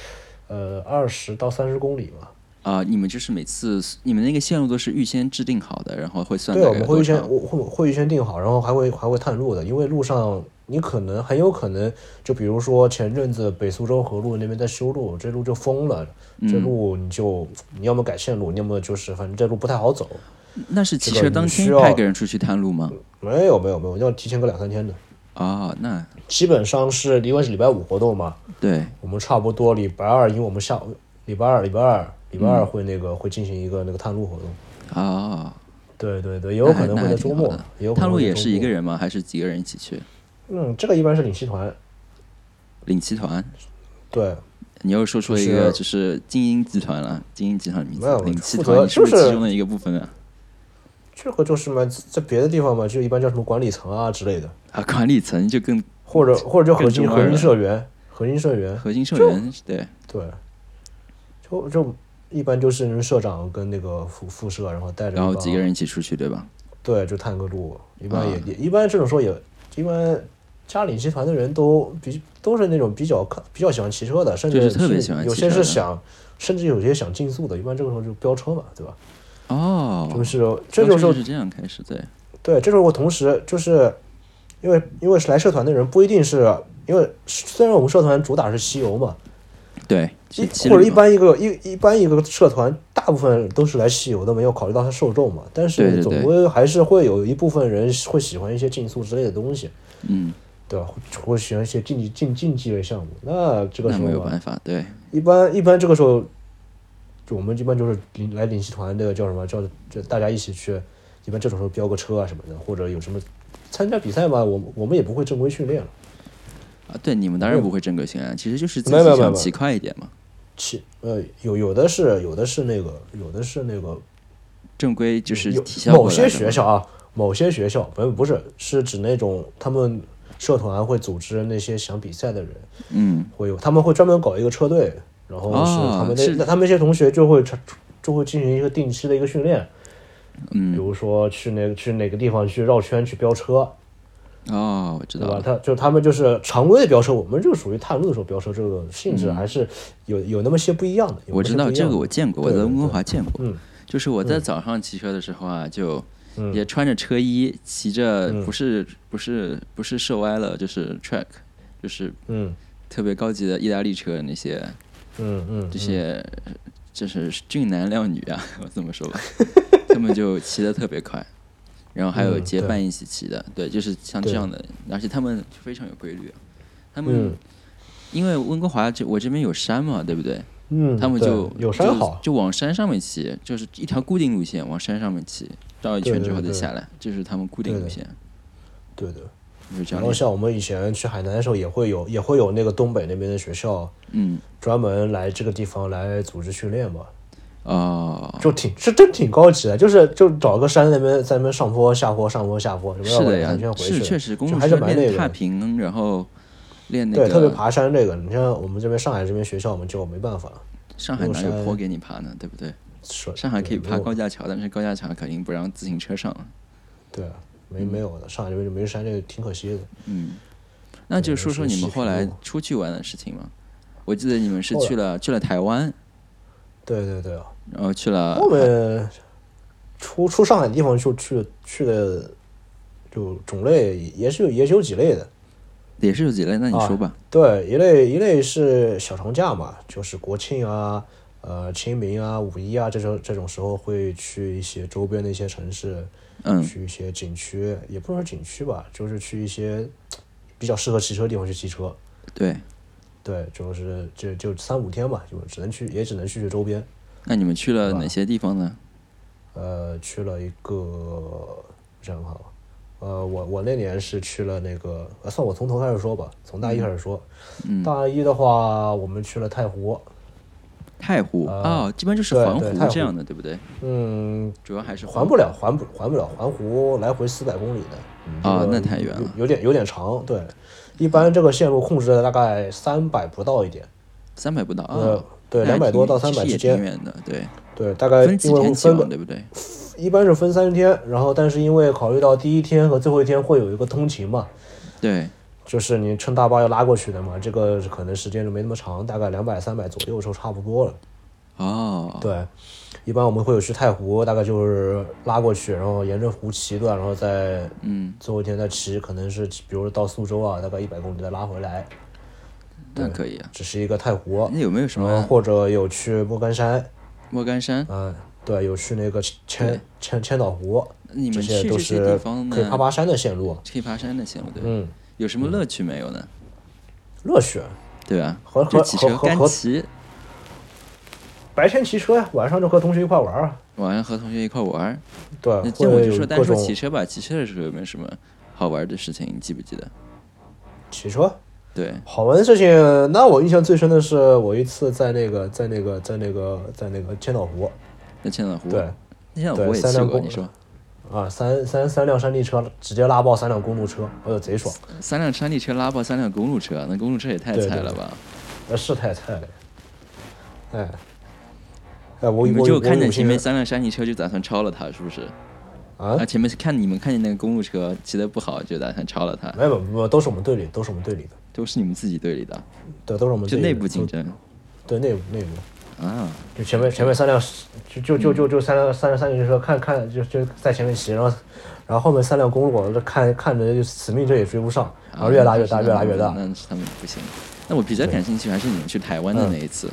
[SPEAKER 2] 呃二十到三十公里嘛。
[SPEAKER 1] 啊、你们就是每次你们那个线路都是预先制定好的，然后会算
[SPEAKER 2] 对，
[SPEAKER 1] 大
[SPEAKER 2] 我
[SPEAKER 1] 概
[SPEAKER 2] 们
[SPEAKER 1] 多
[SPEAKER 2] 会预先
[SPEAKER 1] 长？
[SPEAKER 2] 我会会预先定好，然后还会还会探路的，因为路上你可能很有可能，就比如说前阵子北苏州河路那边在修路，这路就封了，这路你就你要么改线路，你要么就是反正这路不太好走。
[SPEAKER 1] 那是骑
[SPEAKER 2] 这个
[SPEAKER 1] 车
[SPEAKER 2] 你
[SPEAKER 1] 当天
[SPEAKER 2] 需要
[SPEAKER 1] 派个人出去探路吗？
[SPEAKER 2] 没有没有没有，要提前个两三天的。
[SPEAKER 1] 哦，那
[SPEAKER 2] 基本上是因为是礼拜五活动嘛，
[SPEAKER 1] 对，
[SPEAKER 2] 我们差不多礼拜二，因为我们下午礼拜二、礼拜二、礼拜二会那个、会进行一个那个探路活动。
[SPEAKER 1] 哦，
[SPEAKER 2] 对对对，也
[SPEAKER 1] 那
[SPEAKER 2] 有
[SPEAKER 1] 还
[SPEAKER 2] 可能
[SPEAKER 1] 那
[SPEAKER 2] 会
[SPEAKER 1] 还
[SPEAKER 2] 在
[SPEAKER 1] 挺
[SPEAKER 2] 周
[SPEAKER 1] 好
[SPEAKER 2] 末
[SPEAKER 1] 的，
[SPEAKER 2] 也有可
[SPEAKER 1] 探
[SPEAKER 2] 能
[SPEAKER 1] 路
[SPEAKER 2] 会在
[SPEAKER 1] 也
[SPEAKER 2] 周
[SPEAKER 1] 是一
[SPEAKER 2] 末
[SPEAKER 1] 个人吗？还是几个人一起去？
[SPEAKER 2] 嗯，这个一般是领骑团，
[SPEAKER 1] 领骑团？
[SPEAKER 2] 对，
[SPEAKER 1] 你又说出了一个就是精英集团了，精英集团的名字
[SPEAKER 2] 没有，
[SPEAKER 1] 领骑
[SPEAKER 2] 负
[SPEAKER 1] 团
[SPEAKER 2] 责
[SPEAKER 1] 你是不
[SPEAKER 2] 就是是
[SPEAKER 1] 其中的一个部分啊？
[SPEAKER 2] 这个就是嘛，在别的地方嘛，就一般叫什么管理层啊之类的，
[SPEAKER 1] 啊，管理层就更
[SPEAKER 2] 或者或者叫核
[SPEAKER 1] 更
[SPEAKER 2] 心
[SPEAKER 1] 中
[SPEAKER 2] 核
[SPEAKER 1] 二
[SPEAKER 2] 心
[SPEAKER 1] 了
[SPEAKER 2] 社员，核心社员，
[SPEAKER 1] 核心社员对，
[SPEAKER 2] 对，就就一般就是社长跟那个副副社，然后带着
[SPEAKER 1] 然后
[SPEAKER 2] 一帮
[SPEAKER 1] 几个人一起出去对吧？
[SPEAKER 2] 对，就探个路，一般也、
[SPEAKER 1] 啊
[SPEAKER 2] 也一般这种时候也一般家里集团的人都比都是那种比较看比较喜欢骑车的，甚
[SPEAKER 1] 就
[SPEAKER 2] 至
[SPEAKER 1] 是特别喜欢
[SPEAKER 2] 有
[SPEAKER 1] 骑
[SPEAKER 2] 些
[SPEAKER 1] 车
[SPEAKER 2] 是
[SPEAKER 1] 的
[SPEAKER 2] 想，甚至有些想竞速的，一般这个时候就飙车嘛，对吧？
[SPEAKER 1] 哦，
[SPEAKER 2] 就是这就
[SPEAKER 1] 当时
[SPEAKER 2] 是
[SPEAKER 1] 是这样开始对，
[SPEAKER 2] 对，这时候我同时就是因为因为是来社团的人不一定是因为虽然我们社团主打是骑游嘛，
[SPEAKER 1] 对，
[SPEAKER 2] 一
[SPEAKER 1] 骑
[SPEAKER 2] 或者
[SPEAKER 1] 驴
[SPEAKER 2] 一
[SPEAKER 1] 嘛
[SPEAKER 2] 般一个一一般一个社团，大部分都是来西游的嘛，要考虑到它受众嘛。但
[SPEAKER 1] 对对
[SPEAKER 2] 是
[SPEAKER 1] 对
[SPEAKER 2] 总归还是会有一部分人会喜欢一些竞速之类的东西，
[SPEAKER 1] 嗯，
[SPEAKER 2] 对吧？会喜欢一些竞技竞竞技类项目。那这个
[SPEAKER 1] 那
[SPEAKER 2] 时
[SPEAKER 1] 没有
[SPEAKER 2] 候嘛，
[SPEAKER 1] 办法对，
[SPEAKER 2] 一般一般这个时候，就我们一般就是领来领骑团的叫什么叫就大家一起去，一般这种时候飙个车啊什么的，或者有什么参加比赛嘛，我们我们也不会正规训练了。
[SPEAKER 1] 啊，对，你们当然不会正规训练，啊其实就是自
[SPEAKER 2] 没有
[SPEAKER 1] 己
[SPEAKER 2] 没有没有
[SPEAKER 1] 想
[SPEAKER 2] 没有
[SPEAKER 1] 骑快一点嘛。
[SPEAKER 2] 骑呃有有的是有的是那个有的是那个
[SPEAKER 1] 正规就是
[SPEAKER 2] 有
[SPEAKER 1] 体校
[SPEAKER 2] 某
[SPEAKER 1] 过来
[SPEAKER 2] 些
[SPEAKER 1] 的
[SPEAKER 2] 学
[SPEAKER 1] 嘛
[SPEAKER 2] 校啊，某些学校不不是是指那种他们社团啊会组织那些想比赛的人，
[SPEAKER 1] 嗯，
[SPEAKER 2] 会有他们会专门搞一个车队，然后是
[SPEAKER 1] 哦
[SPEAKER 2] 他们那、
[SPEAKER 1] 是
[SPEAKER 2] 那他们一些同学就会tra- 就会进行一个定期的一个训练，
[SPEAKER 1] 嗯
[SPEAKER 2] 比如说去哪去哪个地方去绕圈去飙车，
[SPEAKER 1] 哦，我知道
[SPEAKER 2] 对吧？
[SPEAKER 1] 了。
[SPEAKER 2] 他就他们就是常规的飙车，我们就属于探路的时候飙车，这个性质还是有有那么些不一样的。
[SPEAKER 1] 嗯
[SPEAKER 2] 有
[SPEAKER 1] 我
[SPEAKER 2] 那
[SPEAKER 1] 知
[SPEAKER 2] 些
[SPEAKER 1] 道
[SPEAKER 2] 不一样
[SPEAKER 1] 这
[SPEAKER 2] 的
[SPEAKER 1] 个，我见过，我
[SPEAKER 2] 对
[SPEAKER 1] 在
[SPEAKER 2] 对
[SPEAKER 1] 温哥
[SPEAKER 2] 对
[SPEAKER 1] 华见过。
[SPEAKER 2] 嗯
[SPEAKER 1] 就是我在早上骑车的时候啊，就
[SPEAKER 2] 嗯
[SPEAKER 1] 也穿着车衣，骑着
[SPEAKER 2] 嗯
[SPEAKER 1] 不是不是不是涉歪了，就是 track，就是
[SPEAKER 2] 嗯
[SPEAKER 1] 特别高级的意大利车那些
[SPEAKER 2] 嗯嗯，
[SPEAKER 1] 这些，就是俊男靓女啊， 我这么说 吧，他们就骑得特别快，然后还有
[SPEAKER 2] 嗯
[SPEAKER 1] 结
[SPEAKER 2] 对
[SPEAKER 1] 伴一起骑的，对，就是像这
[SPEAKER 2] 对
[SPEAKER 1] 样的，而且他们非常有规律，他们
[SPEAKER 2] 嗯
[SPEAKER 1] 因为温哥华这我这边有山嘛，对不对？
[SPEAKER 2] 嗯，
[SPEAKER 1] 他们
[SPEAKER 2] 对
[SPEAKER 1] 就
[SPEAKER 2] 有山好，
[SPEAKER 1] 就，就往山上面骑，就是一条固定路线往山上面骑，绕一
[SPEAKER 2] 对
[SPEAKER 1] 圈
[SPEAKER 2] 对
[SPEAKER 1] 之后再
[SPEAKER 2] 对
[SPEAKER 1] 下来，这是他们固定
[SPEAKER 2] 对
[SPEAKER 1] 路
[SPEAKER 2] 的
[SPEAKER 1] 线，
[SPEAKER 2] 对的。
[SPEAKER 1] 就是这样
[SPEAKER 2] 然后
[SPEAKER 1] 练。
[SPEAKER 2] 像我们以前去海南的时候，也会有也会有那个东北那边的学校
[SPEAKER 1] 嗯，
[SPEAKER 2] 专门来这个地方来组织训练嘛，
[SPEAKER 1] 哦，
[SPEAKER 2] 就挺是真挺高级的，就是就找个山那边在那边上坡下坡上坡下坡，什么
[SPEAKER 1] 是
[SPEAKER 2] 绕个
[SPEAKER 1] 的
[SPEAKER 2] 两圈
[SPEAKER 1] 呀，
[SPEAKER 2] 回
[SPEAKER 1] 是
[SPEAKER 2] 去，
[SPEAKER 1] 确实公
[SPEAKER 2] 就
[SPEAKER 1] 路
[SPEAKER 2] 还
[SPEAKER 1] 车
[SPEAKER 2] 是蛮那
[SPEAKER 1] 练
[SPEAKER 2] 个
[SPEAKER 1] 踏
[SPEAKER 2] 的。
[SPEAKER 1] 平，然后练那
[SPEAKER 2] 对，特别
[SPEAKER 1] 个
[SPEAKER 2] 爬山这个，你像我们这边上海这边学校，我们就没办法。
[SPEAKER 1] 上海
[SPEAKER 2] 有
[SPEAKER 1] 哪有
[SPEAKER 2] 山
[SPEAKER 1] 坡给你爬呢？对不对？
[SPEAKER 2] 是
[SPEAKER 1] 上海可以
[SPEAKER 2] 对
[SPEAKER 1] 爬
[SPEAKER 2] 没有
[SPEAKER 1] 高架桥，但是高架桥肯定不让自行车上了。
[SPEAKER 2] 对，没没有的，上海这边就没山，这个挺可惜的。
[SPEAKER 1] 嗯，那就
[SPEAKER 2] 对
[SPEAKER 1] 说
[SPEAKER 2] 是
[SPEAKER 1] 说你们
[SPEAKER 2] 西
[SPEAKER 1] 后
[SPEAKER 2] 平
[SPEAKER 1] 来
[SPEAKER 2] 路
[SPEAKER 1] 出去玩的事情嘛。我记得你们是
[SPEAKER 2] 后来
[SPEAKER 1] 去了去了台湾，
[SPEAKER 2] 对对对，
[SPEAKER 1] 然后去了
[SPEAKER 2] 后面出出上海地方就去去的，就种类也是有也是有几类的。
[SPEAKER 1] 也是有几类，那你
[SPEAKER 2] 啊
[SPEAKER 1] 说吧。
[SPEAKER 2] 对，一类一类是小长假嘛，就是国庆啊、呃清明啊、五一啊这种这种时候会去一些周边的一些城市，
[SPEAKER 1] 嗯，
[SPEAKER 2] 去一些景区，也不能说景区吧，就是去一些比较适合骑车的地方去骑车。
[SPEAKER 1] 对。
[SPEAKER 2] 对，就是就就三五天吧，就只能去，也只能去去周边。
[SPEAKER 1] 那你们去了
[SPEAKER 2] 是吧
[SPEAKER 1] 哪些地方呢？
[SPEAKER 2] 呃，去了一个，我想想看啊，呃，我我那年是去了那个，呃，算我从头开始说吧，从大一开始说。
[SPEAKER 1] 嗯，
[SPEAKER 2] 大一的话，我们去了太湖，
[SPEAKER 1] 太湖
[SPEAKER 2] 呃
[SPEAKER 1] 哦，基本就是
[SPEAKER 2] 对
[SPEAKER 1] 环
[SPEAKER 2] 对太
[SPEAKER 1] 湖
[SPEAKER 2] 湖
[SPEAKER 1] 这样的，对不对？
[SPEAKER 2] 嗯，
[SPEAKER 1] 主要还是
[SPEAKER 2] 环不了，环不环不了，环湖来回四百公里的。嗯
[SPEAKER 1] 啊
[SPEAKER 2] 这个
[SPEAKER 1] 那太远了
[SPEAKER 2] 有有点有点长。对，一般这个线路控制在大概三百不到一点，
[SPEAKER 1] 三百不到啊
[SPEAKER 2] 呃，，对，
[SPEAKER 1] 那还
[SPEAKER 2] 两百多
[SPEAKER 1] 挺
[SPEAKER 2] 到三百
[SPEAKER 1] 其
[SPEAKER 2] 之
[SPEAKER 1] 实也挺
[SPEAKER 2] 间。
[SPEAKER 1] 远的，对，
[SPEAKER 2] 对，大概
[SPEAKER 1] 分几
[SPEAKER 2] 因为
[SPEAKER 1] 天
[SPEAKER 2] 会
[SPEAKER 1] 骑
[SPEAKER 2] 分
[SPEAKER 1] 完，
[SPEAKER 2] 个
[SPEAKER 1] 对不对？
[SPEAKER 2] 一般是分三天，然后但是因为考虑到第一天和最后一天会有一个通勤嘛，
[SPEAKER 1] 对，
[SPEAKER 2] 就是你乘大巴要拉过去的嘛，这个可能时间就没那么长，大概两百三百左右就差不多了。
[SPEAKER 1] 哦，
[SPEAKER 2] 对，一般我们会有去太湖，大概就是拉过去，然后沿着湖骑一段，然后再
[SPEAKER 1] 嗯，
[SPEAKER 2] 最后一天再骑，可能是比如到苏州啊，大概一百公里再拉回来，
[SPEAKER 1] 那
[SPEAKER 2] 对呃
[SPEAKER 1] 可以啊。
[SPEAKER 2] 只是一个太湖。
[SPEAKER 1] 那有没有什
[SPEAKER 2] 然后
[SPEAKER 1] 么
[SPEAKER 2] 或者有去莫干山，
[SPEAKER 1] 莫干山？
[SPEAKER 2] 嗯，对，有去那个
[SPEAKER 1] 对
[SPEAKER 2] 千千千岛湖，
[SPEAKER 1] 你
[SPEAKER 2] 这
[SPEAKER 1] 们
[SPEAKER 2] 些
[SPEAKER 1] 去
[SPEAKER 2] 都
[SPEAKER 1] 这些地
[SPEAKER 2] 是
[SPEAKER 1] 方呢
[SPEAKER 2] 可以？爬爬山的线路。
[SPEAKER 1] 可以爬山的线路，对吧，
[SPEAKER 2] 嗯，
[SPEAKER 1] 有什么乐趣没有呢？
[SPEAKER 2] 乐趣，
[SPEAKER 1] 对吧
[SPEAKER 2] 和？
[SPEAKER 1] 就
[SPEAKER 2] 和
[SPEAKER 1] 骑车
[SPEAKER 2] 和和
[SPEAKER 1] 干
[SPEAKER 2] 和
[SPEAKER 1] 骑，
[SPEAKER 2] 白天骑车呀，晚上就和同学一块玩儿啊。
[SPEAKER 1] 晚上和同学一块玩儿。
[SPEAKER 2] 对，
[SPEAKER 1] 那
[SPEAKER 2] 呃会
[SPEAKER 1] 那我就说，
[SPEAKER 2] 有
[SPEAKER 1] 单
[SPEAKER 2] 各
[SPEAKER 1] 说
[SPEAKER 2] 种
[SPEAKER 1] 骑车吧，骑车的时候有没有什么好玩的事情？你记不记得？
[SPEAKER 2] 骑车，
[SPEAKER 1] 对，
[SPEAKER 2] 好玩的事情，那我印象最深的是我一次在那个在那个在那个在那个千岛湖，
[SPEAKER 1] 那千岛湖，
[SPEAKER 2] 对
[SPEAKER 1] 那千岛
[SPEAKER 2] 对
[SPEAKER 1] 湖我也
[SPEAKER 2] 三
[SPEAKER 1] 去
[SPEAKER 2] 辆
[SPEAKER 1] 过，
[SPEAKER 2] 公
[SPEAKER 1] 你说
[SPEAKER 2] 啊，三三三辆山地车直接拉爆三辆公路车，哎呦贼爽，
[SPEAKER 1] 三辆山地车拉爆三辆公路车，那公路车也太
[SPEAKER 2] 对
[SPEAKER 1] 菜
[SPEAKER 2] 对
[SPEAKER 1] 了吧？
[SPEAKER 2] 那是太菜了，哎，哎我
[SPEAKER 1] 你们
[SPEAKER 2] 我
[SPEAKER 1] 就
[SPEAKER 2] 我
[SPEAKER 1] 看见
[SPEAKER 2] 有
[SPEAKER 1] 前
[SPEAKER 2] 幸
[SPEAKER 1] 面三辆山地车就打算超了它，是不是？
[SPEAKER 2] 啊
[SPEAKER 1] 啊，，前面看你们看见那个公路车骑得不好，就打算超了它，
[SPEAKER 2] 没有没有，都是我们队里都是我们队里的，
[SPEAKER 1] 都是你们自己队里的，
[SPEAKER 2] 对，都是我们
[SPEAKER 1] 就
[SPEAKER 2] 队里
[SPEAKER 1] 内
[SPEAKER 2] 的
[SPEAKER 1] 部竞，争
[SPEAKER 2] 都对内部内部。
[SPEAKER 1] 啊。
[SPEAKER 2] 就前面前面三辆，就就就就就三辆三辆三辆车看看就就在前面骑，然后然后后面三辆公路这看看着就死命追也追不上，然啊后越拉越大越拉越大。
[SPEAKER 1] 啊那是他们不行。那我比较感兴趣还是你们去台湾的那一次。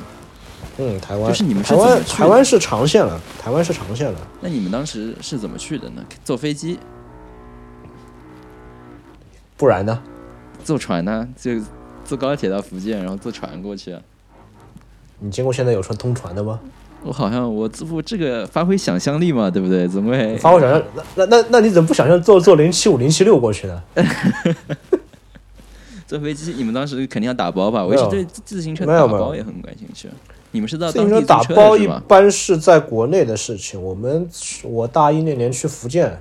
[SPEAKER 2] 嗯，台湾
[SPEAKER 1] 就是你们是
[SPEAKER 2] 台
[SPEAKER 1] 怎么
[SPEAKER 2] 湾
[SPEAKER 1] 去的
[SPEAKER 2] 台湾是长线了，台湾是长线了，
[SPEAKER 1] 那你们当时是怎么去的呢？坐飞机、
[SPEAKER 2] 不然呢？
[SPEAKER 1] 坐船呢？就坐高铁到福建，然后坐船过去啊。
[SPEAKER 2] 你见过现在有船通船的吗？
[SPEAKER 1] 我好像我这不这个发挥想象力嘛，对不对？怎么会？
[SPEAKER 2] 发我想象，那那那那你怎么不想象坐坐零七五零七六过去呢？
[SPEAKER 1] 坐飞机，你们当时肯定要打包吧？我
[SPEAKER 2] 没
[SPEAKER 1] 一
[SPEAKER 2] 有
[SPEAKER 1] 直对自自行车
[SPEAKER 2] 没有
[SPEAKER 1] 打
[SPEAKER 2] 没有
[SPEAKER 1] 包也很感兴趣。你们是到
[SPEAKER 2] 自
[SPEAKER 1] 当
[SPEAKER 2] 行
[SPEAKER 1] 地租
[SPEAKER 2] 车打
[SPEAKER 1] 车
[SPEAKER 2] 包
[SPEAKER 1] 的是
[SPEAKER 2] 一
[SPEAKER 1] 吧？
[SPEAKER 2] 般是在国内的事情，我们我大一那年去福建，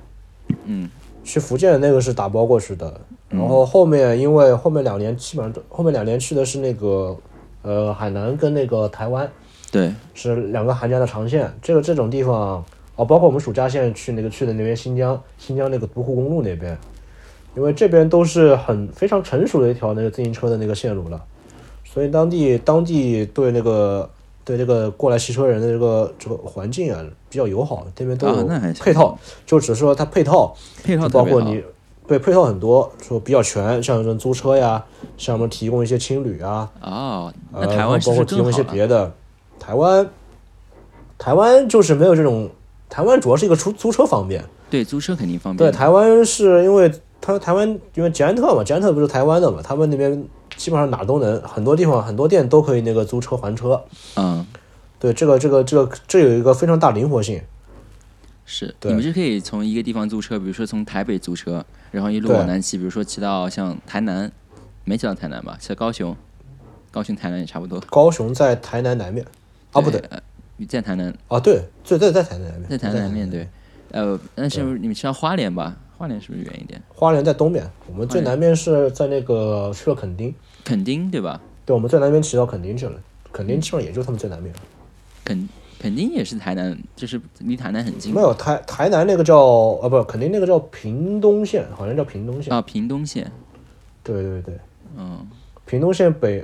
[SPEAKER 1] 嗯，
[SPEAKER 2] 去福建的那个是打包过去的，然后后面因为后面两年基本上都后面两年去的是那个呃海南跟那个台湾
[SPEAKER 1] 对，
[SPEAKER 2] 是两个寒假的长线，这个这种地方哦，包括我们暑假现在去那个去的那边新疆新疆那个独库公路那边，因为这边都是很非常成熟的一条那个自行车的那个线路了，所以当地当地对那个对这个过来骑车人的这个这个环境啊比较友好，这边都
[SPEAKER 1] 啊
[SPEAKER 2] 有
[SPEAKER 1] 那还行
[SPEAKER 2] 配套，就只是说它配套
[SPEAKER 1] 配套
[SPEAKER 2] 就
[SPEAKER 1] 特
[SPEAKER 2] 包
[SPEAKER 1] 别
[SPEAKER 2] 括
[SPEAKER 1] 好
[SPEAKER 2] 你。对配套很多，说比较全，像这种租车呀，像什么提供一些青旅啊，
[SPEAKER 1] 哦，那
[SPEAKER 2] 呃，
[SPEAKER 1] 台湾是
[SPEAKER 2] 包
[SPEAKER 1] 不
[SPEAKER 2] 括
[SPEAKER 1] 是
[SPEAKER 2] 提供
[SPEAKER 1] 更好
[SPEAKER 2] 一些
[SPEAKER 1] 了？
[SPEAKER 2] 别的。台湾，台湾就是没有这种，台湾主要是一个出租车方便。
[SPEAKER 1] 对，租车肯定方便。
[SPEAKER 2] 对，台湾是因为它台湾因为捷安特嘛，捷安特不是台湾的嘛，他们那边基本上哪儿都能，很多地方很多店都可以那个租车还车。
[SPEAKER 1] 嗯，
[SPEAKER 2] 对，这个这个这个这有一个非常大灵活性。
[SPEAKER 1] 是，
[SPEAKER 2] 对
[SPEAKER 1] 你们是可以从一个地方租车，比如说从台北租车，然后一路
[SPEAKER 2] 对
[SPEAKER 1] 往南骑，比如说骑到像台南，没骑到台南吧，骑到高雄，高雄台南也差不多。
[SPEAKER 2] 高雄在台南南面，啊不对，
[SPEAKER 1] 呃，你在台南，
[SPEAKER 2] 啊对，对对在台南南面，
[SPEAKER 1] 在台南南面对，呃，但是你们骑到花莲吧，花莲是不是远一点？
[SPEAKER 2] 花莲在东边，我们最
[SPEAKER 1] 花莲
[SPEAKER 2] 南边是在那个去了垦丁，
[SPEAKER 1] 垦丁对吧？
[SPEAKER 2] 对，我们最南边骑到垦丁去了，垦丁基本上也就他们最南面。
[SPEAKER 1] 垦垦丁也是台南，就是离台南很近
[SPEAKER 2] 没。有台台南那个叫啊，不，肯定那个叫屏东县，好像叫屏东县。
[SPEAKER 1] 啊，屏东县，
[SPEAKER 2] 对对对，
[SPEAKER 1] 嗯，
[SPEAKER 2] 屏东县北，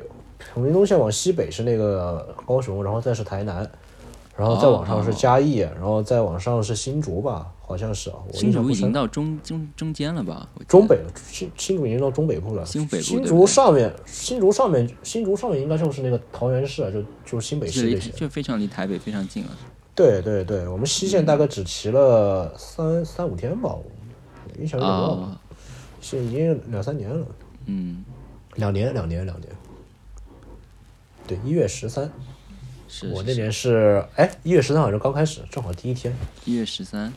[SPEAKER 2] 屏东县往西北是那个高雄，然后再是台南，然后再往上是嘉义，然后再往上是新竹吧，好像是啊。我
[SPEAKER 1] 新
[SPEAKER 2] 印象
[SPEAKER 1] 竹
[SPEAKER 2] 不
[SPEAKER 1] 已经
[SPEAKER 2] 深。
[SPEAKER 1] 到中中中间了吧？我记得
[SPEAKER 2] 中北了，新新竹已经到中北部了。
[SPEAKER 1] 新北部
[SPEAKER 2] 新
[SPEAKER 1] 对不
[SPEAKER 2] 竹
[SPEAKER 1] 对
[SPEAKER 2] 上面，新竹上面，新竹上面应该就是那个桃园市啊，就就是新北
[SPEAKER 1] 就
[SPEAKER 2] 市
[SPEAKER 1] 离
[SPEAKER 2] 这些。
[SPEAKER 1] 就非常离台北非常近了。
[SPEAKER 2] 对对对，我们西线大概只骑了三三五天吧，我印象有点忘了，
[SPEAKER 1] 啊，
[SPEAKER 2] 是已经两三年了。
[SPEAKER 1] 嗯，
[SPEAKER 2] 两年，两年，两年。对，一月十三，
[SPEAKER 1] 是
[SPEAKER 2] 我
[SPEAKER 1] 是
[SPEAKER 2] 那年是哎，一月十三好像刚开始，正好第一天。
[SPEAKER 1] 一月十三，